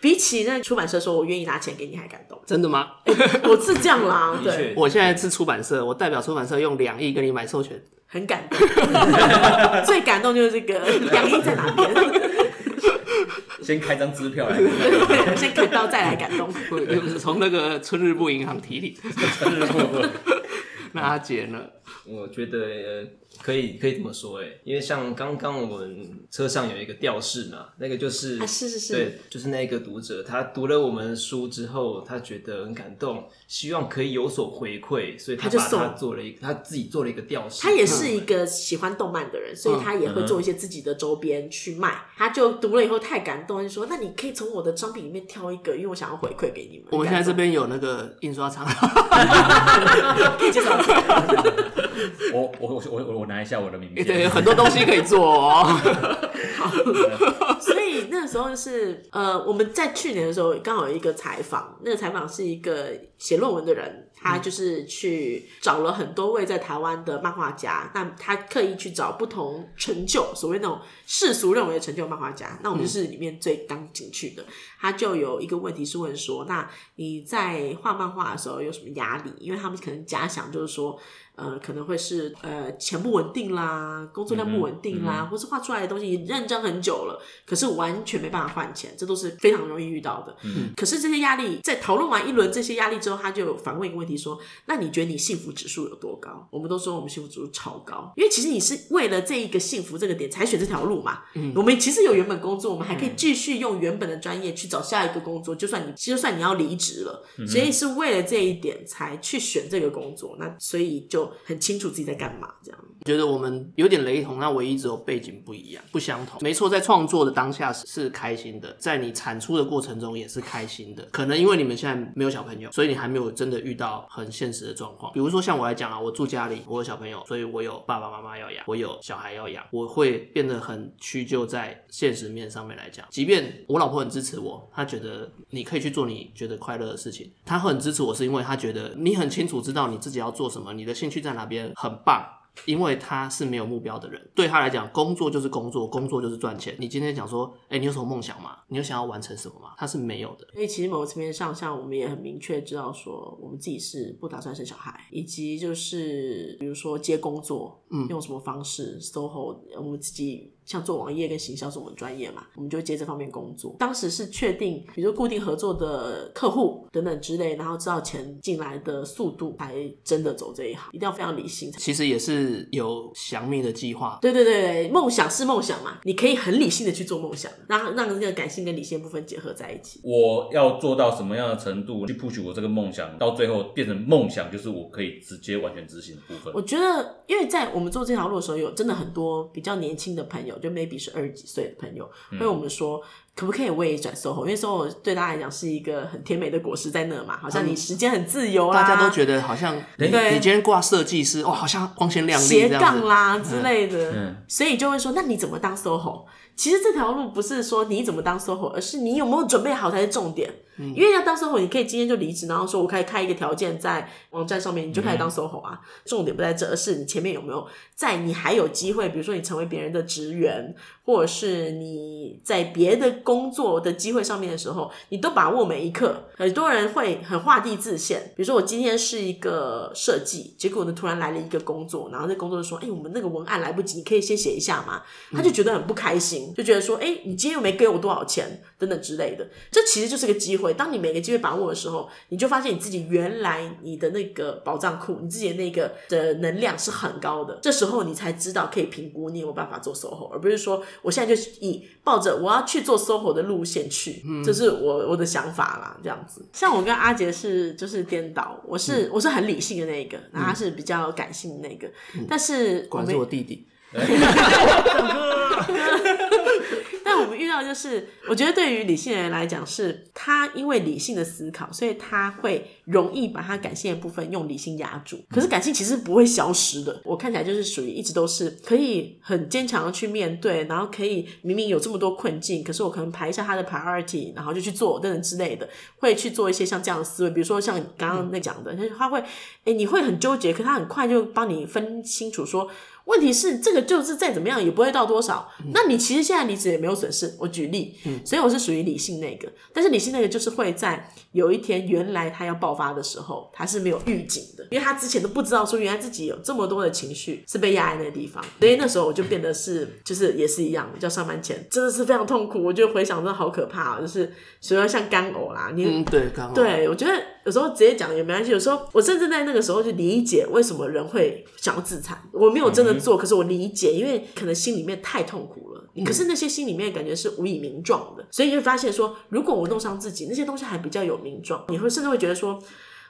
[SPEAKER 4] 比起那出版社说我愿意拿钱给你还感动，
[SPEAKER 1] 真的吗？
[SPEAKER 4] 我是这样啦，
[SPEAKER 5] 的
[SPEAKER 4] 对，
[SPEAKER 5] 确，
[SPEAKER 1] 我现在是出版社，我代表出版社用两亿跟你买授权。
[SPEAKER 4] 很感动， 最感动就是这个两亿在哪边，
[SPEAKER 6] 先开张支票来，
[SPEAKER 4] 对先感到再来感动。
[SPEAKER 1] 就是从那个春日部银行提领。那阿杰呢？
[SPEAKER 5] 我觉得呃，可以可以这么说哎、因为像刚刚我们车上有一个吊饰嘛，那个就是、
[SPEAKER 4] 啊是是是
[SPEAKER 5] 对，就是那个读者，他读了我们书之后，他觉得很感动，希望可以有所回馈，所以
[SPEAKER 4] 他
[SPEAKER 5] 他
[SPEAKER 4] 就
[SPEAKER 5] 把
[SPEAKER 4] 送
[SPEAKER 5] 他做了一个，他自己做了一个吊饰，
[SPEAKER 4] 他也 是一个喜欢动漫的人，
[SPEAKER 1] 嗯
[SPEAKER 4] 所以他也会做一些自己的周边去卖。他就读了以后太感动，他就说：“那你可以从我的商品里面挑一个，因为我想要回馈给你们。”
[SPEAKER 1] 我们现在这边有那个印刷厂，
[SPEAKER 4] 可以介绍一下，
[SPEAKER 6] 我我我我我拿一下我的名片，
[SPEAKER 1] 对，有很多东西可以做哦。
[SPEAKER 4] 所以那时候是呃，我们在去年的时候刚好有一个采访，那个采访是一个写论文的人，他就是去找了很多位在台湾的漫画家，那他刻意去找不同成就，所谓那种世俗认为的成就漫画家，那我们就是里面最刚进去的，他就有一个问题是问说，那你在画漫画的时候有什么压力？因为他们可能假想就是说，呃，可能会是呃钱不稳定啦，工作量不稳定啦，或是画出来的东西你认真很久了，可是完全没办法换钱，这都是非常容易遇到的。嗯，可是这些压力在讨论完一轮这些压力之后，他就反问一个问题说：那你觉得你幸福指数有多高？我们都说我们幸福指数超高，因为其实你是为了这一个幸福这个点才选这条路嘛。嗯，我们其实有原本工作，我们还可以继续用原本的专业去找下一个工作，就算你就算你要离职了，所以是为了这一点才去选这个工作，那所以就很清楚自己在干嘛这样。
[SPEAKER 1] 觉得我们有点雷同，那唯一只有背景不一样，不相同。没错，在创作的当下是是开心的，在你产出的过程中也是开心的。可能因为你们现在没有小朋友，所以你还没有真的遇到到很现实的状况。比如说像我来讲啊，我住家里，我有小朋友，所以我有爸爸妈妈要养，我有小孩要养，我会变得很屈就在现实面上面来讲。即便我老婆很支持我，她觉得你可以去做你觉得快乐的事情，她很支持我是因为她觉得你很清楚知道你自己要做什么，你的兴趣在哪边，很棒。因为他是没有目标的人，对他来讲，工作就是工作，工作就是赚钱。你今天讲说，哎，你有什么梦想吗？你有想要完成什么吗？他是没有的。
[SPEAKER 4] 所以其实某个层面上，像我们也很明确知道说，我们自己是不打算生小孩，以及就是比如说接工作，
[SPEAKER 1] 嗯
[SPEAKER 4] 用什么方式，SOHO，我们自己像做网页跟行销是我们专业嘛，我们就接这方面工作。当时是确定，比如说固定合作的客户等等之类，然后知道钱进来的速度，才真的走这一行，一定要非常理性。
[SPEAKER 1] 其实也是有详密的计划，
[SPEAKER 4] 对对啊对对，梦想是梦想嘛，你可以很理性的去做梦想，让让那个感性跟理性的部分结合在一起。
[SPEAKER 6] 我要做到什么样的程度去 push 我这个梦想，到最后变成梦想，就是我可以直接完全执行的部分
[SPEAKER 4] 我。觉得，因为在我们做这条路的时候，有真的很多比较年轻的朋友，就 maybe 是二十几岁的朋友，
[SPEAKER 1] 嗯
[SPEAKER 4] 会我们说，可不可以我也转 SOHO？因为 SOHO 对大家来讲是一个很甜美的果实在那嘛，好像你时间很自由啦，
[SPEAKER 1] 大家都觉得好像你
[SPEAKER 4] 对
[SPEAKER 1] 你今天挂设计师，哇，好像光鲜亮丽
[SPEAKER 4] 斜
[SPEAKER 1] 这样
[SPEAKER 4] 杠
[SPEAKER 1] 子。
[SPEAKER 4] 啦之类的，
[SPEAKER 6] 嗯
[SPEAKER 4] 所以就会说，那你怎么当 SOHO？其实这条路不是说你怎么当 SOHO，而是你有没有准备好才是重点。因为要当 SOHO，你可以今天就离职，然后说我可以开一个条件在网站上面，你就开始当 SOHO 啊。重点不在这，而是你前面有没有在你还有机会，比如说你成为别人的职员，或者是你在别的工作的机会上面的时候，你都把握每一刻。很多人会很画地自限，比如说我今天是一个设计，结果呢突然来了一个工作，然后那工作就说：“哎、我们那个文案来不及，你可以先写一下嘛。”他就觉得很不开心，就觉得说：“哎、你今天又没给我多少钱，等等之类的。”这其实就是个机会。当你每个机会把握的时候，你就发现你自己原来你的那个宝藏库，你自己的那个的能量是很高的。这时候你才知道可以评估你有没有办法做 SOHO，而不是说我现在就以抱着我要去做 SOHO 的路线去，这是我我的想法啦。这样子，像我跟阿杰是就是颠倒，我是、我是很理性的那一个，然后他是比较感性的那个，但是
[SPEAKER 1] 果
[SPEAKER 4] 我
[SPEAKER 1] 然
[SPEAKER 4] 们
[SPEAKER 1] 是我弟弟，
[SPEAKER 4] 但我们遇到就是，我觉得对于理性人来讲是，他因为理性的思考，所以他会容易把他感性的部分用理性压住。可是感性其实不会消失的，我看起来就是属于一直都是可以很坚强的去面对，然后可以明明有这么多困境，可是我可能排一下他的 priority，然后就去做等等之类的，会去做一些像这样的思维，比如说像你刚刚那讲的，就是他会，哎，你会很纠结，可他很快就帮你分清楚说。问题是这个就是再怎么样也不会到多少，那你其实现在离职也没有损失。我举例，所以我是属于理性那个，但是理性那个就是会在有一天原来他要爆发的时候，他是没有预警的，因为他之前都不知道说原来自己有这么多的情绪是被压在那个地方，所以那时候我就变得是就是也是一样，叫上班前真的是非常痛苦，我就回想真的好可怕、啊，就是所以像干呕啦，你、
[SPEAKER 1] 嗯，对，刚好，
[SPEAKER 4] 对，我觉得有时候直接讲也没关系。有时候我甚至在那个时候就理解为什么人会想要自残。我没有真的做，可是我理解，因为可能心里面太痛苦了。可是那些心里面的感觉是无以名状的，所以你会发现说，如果我弄伤自己，那些东西还比较有名状，你会甚至会觉得说。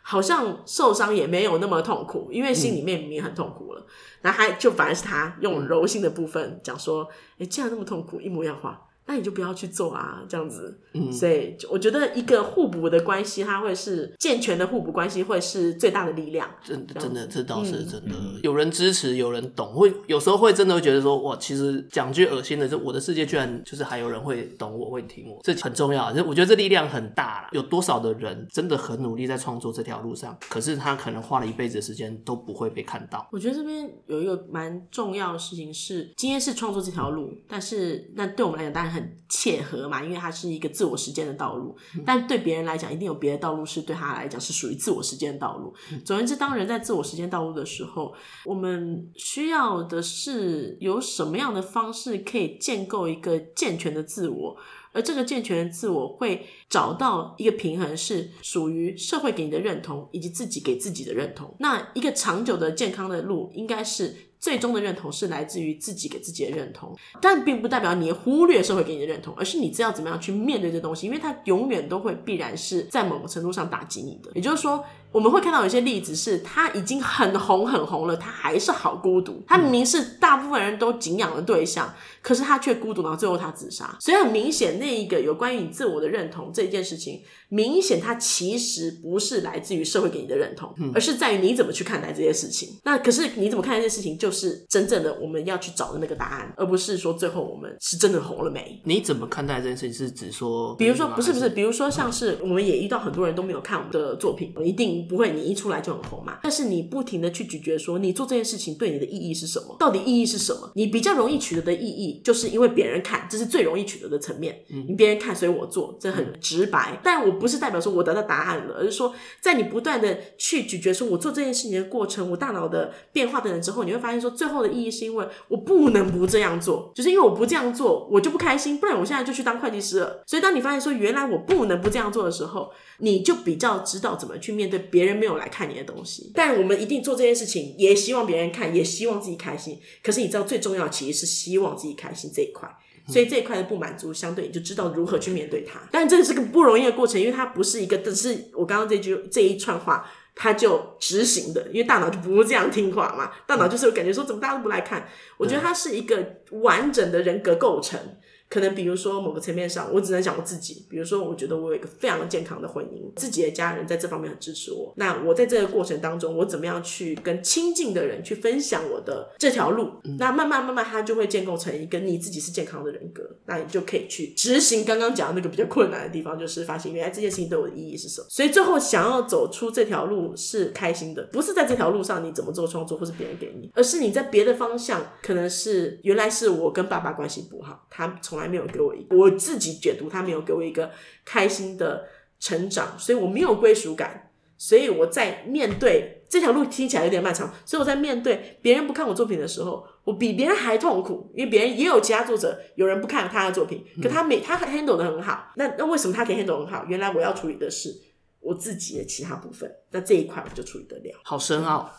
[SPEAKER 4] 好像受伤也没有那么痛苦，因为心里面明明很痛苦了，然后他就反而是他用柔性的部分讲说：“哎、既然那么痛苦，一模一样话，那你就不要去做啊，这样子。”所以就我觉得一个互补的关系，它会是健全的互补关系，会是最大的力量。
[SPEAKER 1] 真的
[SPEAKER 4] 这
[SPEAKER 1] 真
[SPEAKER 4] 样
[SPEAKER 1] 的，这倒是
[SPEAKER 4] 嗯
[SPEAKER 1] 真的。有人支持，有人懂，会有时候会真的会觉得说，哇，其实讲句恶心的，就我的世界居然就是还有人会懂我，会听我，这很重要。就我觉得这力量很大啦。有多少的人真的很努力在创作这条路上，可是他可能花了一辈子的时间都不会被看到。
[SPEAKER 4] 我觉得这边有一个蛮重要的事情是，今天是创作这条路，但是那对我们来讲当然很切合嘛，因为它是一个自我实践的道路。但对别人来讲，一定有别的道路是对他来讲是属于自我实践的道路。总而言之，当人在自我实践道路的时候，我们需要的是有什么样的方式可以建构一个健全的自我，而这个健全的自我会找到一个平衡，是属于社会给你的认同，以及自己给自己的认同。那一个长久的健康的路，应该是最终的认同是来自于自己给自己的认同，但并不代表你忽略社会给你的认同，而是你知道怎么样去面对这东西，因为它永远都会必然是在某个程度上打击你的。也就是说，我们会看到有些例子是，他已经很红很红了，他还是好孤独。他明明是大部分人都敬仰的对象，可是他却孤独，然后最后他自杀。所以很明显，那一个有关于你自我的认同这一件事情，明显它其实不是来自于社会给你的认同，而是在于你怎么去看待这些事情。那可是你怎么看待这些事情，就是真正的我们要去找的那个答案，而不是说最后我们是真的红了没。
[SPEAKER 1] 你怎么看待这件事情？是指说，
[SPEAKER 4] 比如说，不是不
[SPEAKER 1] 还
[SPEAKER 4] 是，比如说像是我们也遇到很多人都没有看我们的作品，一定不会你一出来就很红嘛。但是你不停的去咀嚼说，你做这件事情对你的意义是什么？到底意义是什么？你比较容易取得的意义，就是因为别人看，这是最容易取得的层面。你别人看，所以我做，这很直白。但我不是代表说我得到答案了，而是说在你不断的去咀嚼说我做这件事情的过程，我大脑的变化等等之后，你会发现说最后的意义是因为我不能不这样做，就是因为我不这样做，我就不开心，不然我现在就去当会计师了。所以当你发现说原来我不能不这样做的时候，你就比较知道怎么去面对别人没有来看你的东西。但我们一定做这件事情，也希望别人看，也希望自己开心。可是你知道最重要其实是希望自己开心这一块。所以这一块的不满足，相对你就知道如何去面对它。但这是个不容易的过程，因为它不是一个，只是我刚刚这句这一串话，它就执行的，因为大脑就不这样听话嘛，大脑就是有感觉说怎么大家都不来看。我觉得它是一个完整的人格构成。可能比如说某个层面上，我只能讲我自己。比如说，我觉得我有一个非常健康的婚姻，自己的家人在这方面很支持我。那我在这个过程当中，我怎么样去跟亲近的人去分享我的这条路？那慢慢慢慢，它就会建构成一个你自己是健康的人格。那你就可以去执行刚刚讲的那个比较困难的地方，就是发现原来这件事情对我的意义是什么。所以最后想要走出这条路是开心的，不是在这条路上你怎么做创作，或是别人给你，而是你在别的方向，可能是原来是我跟爸爸关系不好，他从来没有给我一，我自己解读他没有给我一个开心的成长，所以我没有归属感，所以我在面对这条路听起来有点漫长，所以我在面对别人不看我作品的时候，我比别人还痛苦，因为别人也有其他作者，有人不看他的作品，可他每他 handle 的很好，那那为什么他可以 handle 得很好？原来我要处理的是我自己的其他部分，那这一块我就处理得了，
[SPEAKER 1] 好深奥，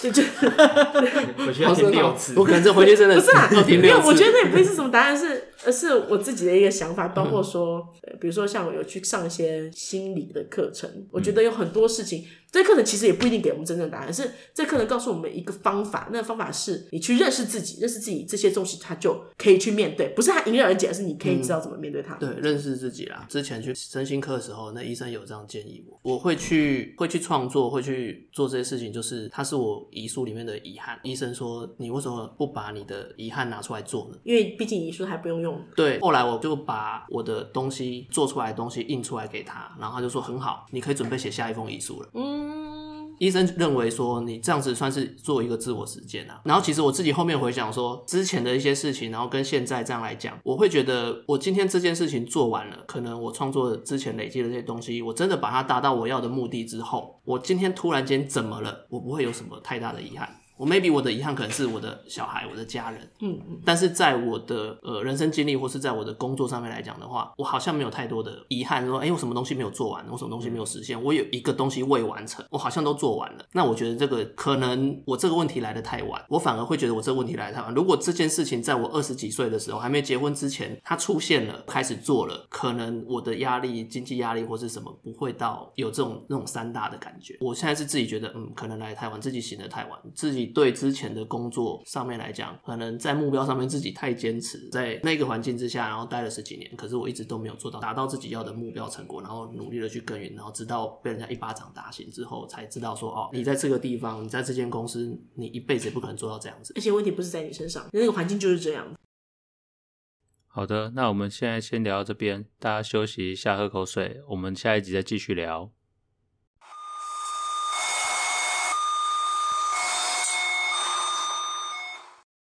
[SPEAKER 4] 就就
[SPEAKER 5] 回去
[SPEAKER 1] 好
[SPEAKER 5] 要
[SPEAKER 1] 深
[SPEAKER 5] 听
[SPEAKER 1] 奥
[SPEAKER 5] 六次。
[SPEAKER 1] 我可能这回去真的，
[SPEAKER 4] 不是啦 哦
[SPEAKER 1] 要听
[SPEAKER 4] 没有
[SPEAKER 1] 六，次。
[SPEAKER 4] 我觉得那也不是什么答案，是而是我自己的一个想法，包括
[SPEAKER 1] 嗯
[SPEAKER 4] 说，呃比如说像我有去上一些心理的课程，我
[SPEAKER 1] 嗯
[SPEAKER 4] 觉得有很多事情，这课程其实也不一定给我们真正的答案，是这课程告诉我们一个方法，那个方法是你去认识自己，认识自己这些东西，它就可以去面对，不是它迎刃而解，而是你可以知道怎么面对它。
[SPEAKER 1] 嗯对，认识自己啦。之前去身心科的时候，那医生有这样建议我，我会去会去创作，会去做这些事情，就是它是我遗书里面的遗憾。医生说，你为什么不把你的遗憾拿出来做呢？
[SPEAKER 4] 因为毕竟遗书还不用用，
[SPEAKER 1] 对，后来我就把我的东西做出来的东西印出来给他，然后他就说很好，你可以准备写下一封遗书了。
[SPEAKER 4] 嗯，
[SPEAKER 1] 医生认为说你这样子算是做一个自我实践啊。然后其实我自己后面回想说之前的一些事情，然后跟现在这样来讲，我会觉得我今天这件事情做完了，可能我创作之前累积的这些东西，我真的把它达到我要的目的之后，我今天突然间怎么了，我不会有什么太大的遗憾。我 maybe 我的遗憾可能是我的小孩，我的家人，
[SPEAKER 4] 嗯嗯，
[SPEAKER 1] 但是在我的呃人生经历或是在我的工作上面来讲的话，我好像没有太多的遗憾，说哎、诶我什么东西没有做完，我什么东西没有实现，我有一个东西未完成，我好像都做完了。那我觉得这个可能我这个问题来的太晚，我反而会觉得我这个问题来的太晚。如果这件事情在我二十几岁的时候还没结婚之前，它出现了，开始做了，可能我的压力、经济压力或是什么不会到有这种那种三大的感觉。我现在是自己觉得，嗯，可能来得太晚，自己醒得太晚，自己对之前的工作上面来讲，可能在目标上面自己太坚持，在那个环境之下，然后待了十几年，可是我一直都没有做到达到自己要的目标成果，然后努力的去耕耘，然后直到被人家一巴掌打醒之后，才知道说，哦，你在这个地方，你在这间公司，你一辈子也不可能做到这样子。
[SPEAKER 4] 而且问题不是在你身上，那个环境就是这样。
[SPEAKER 7] 好的，那我们现在先聊到这边，大家休息一下，喝口水，我们下一集再继续聊。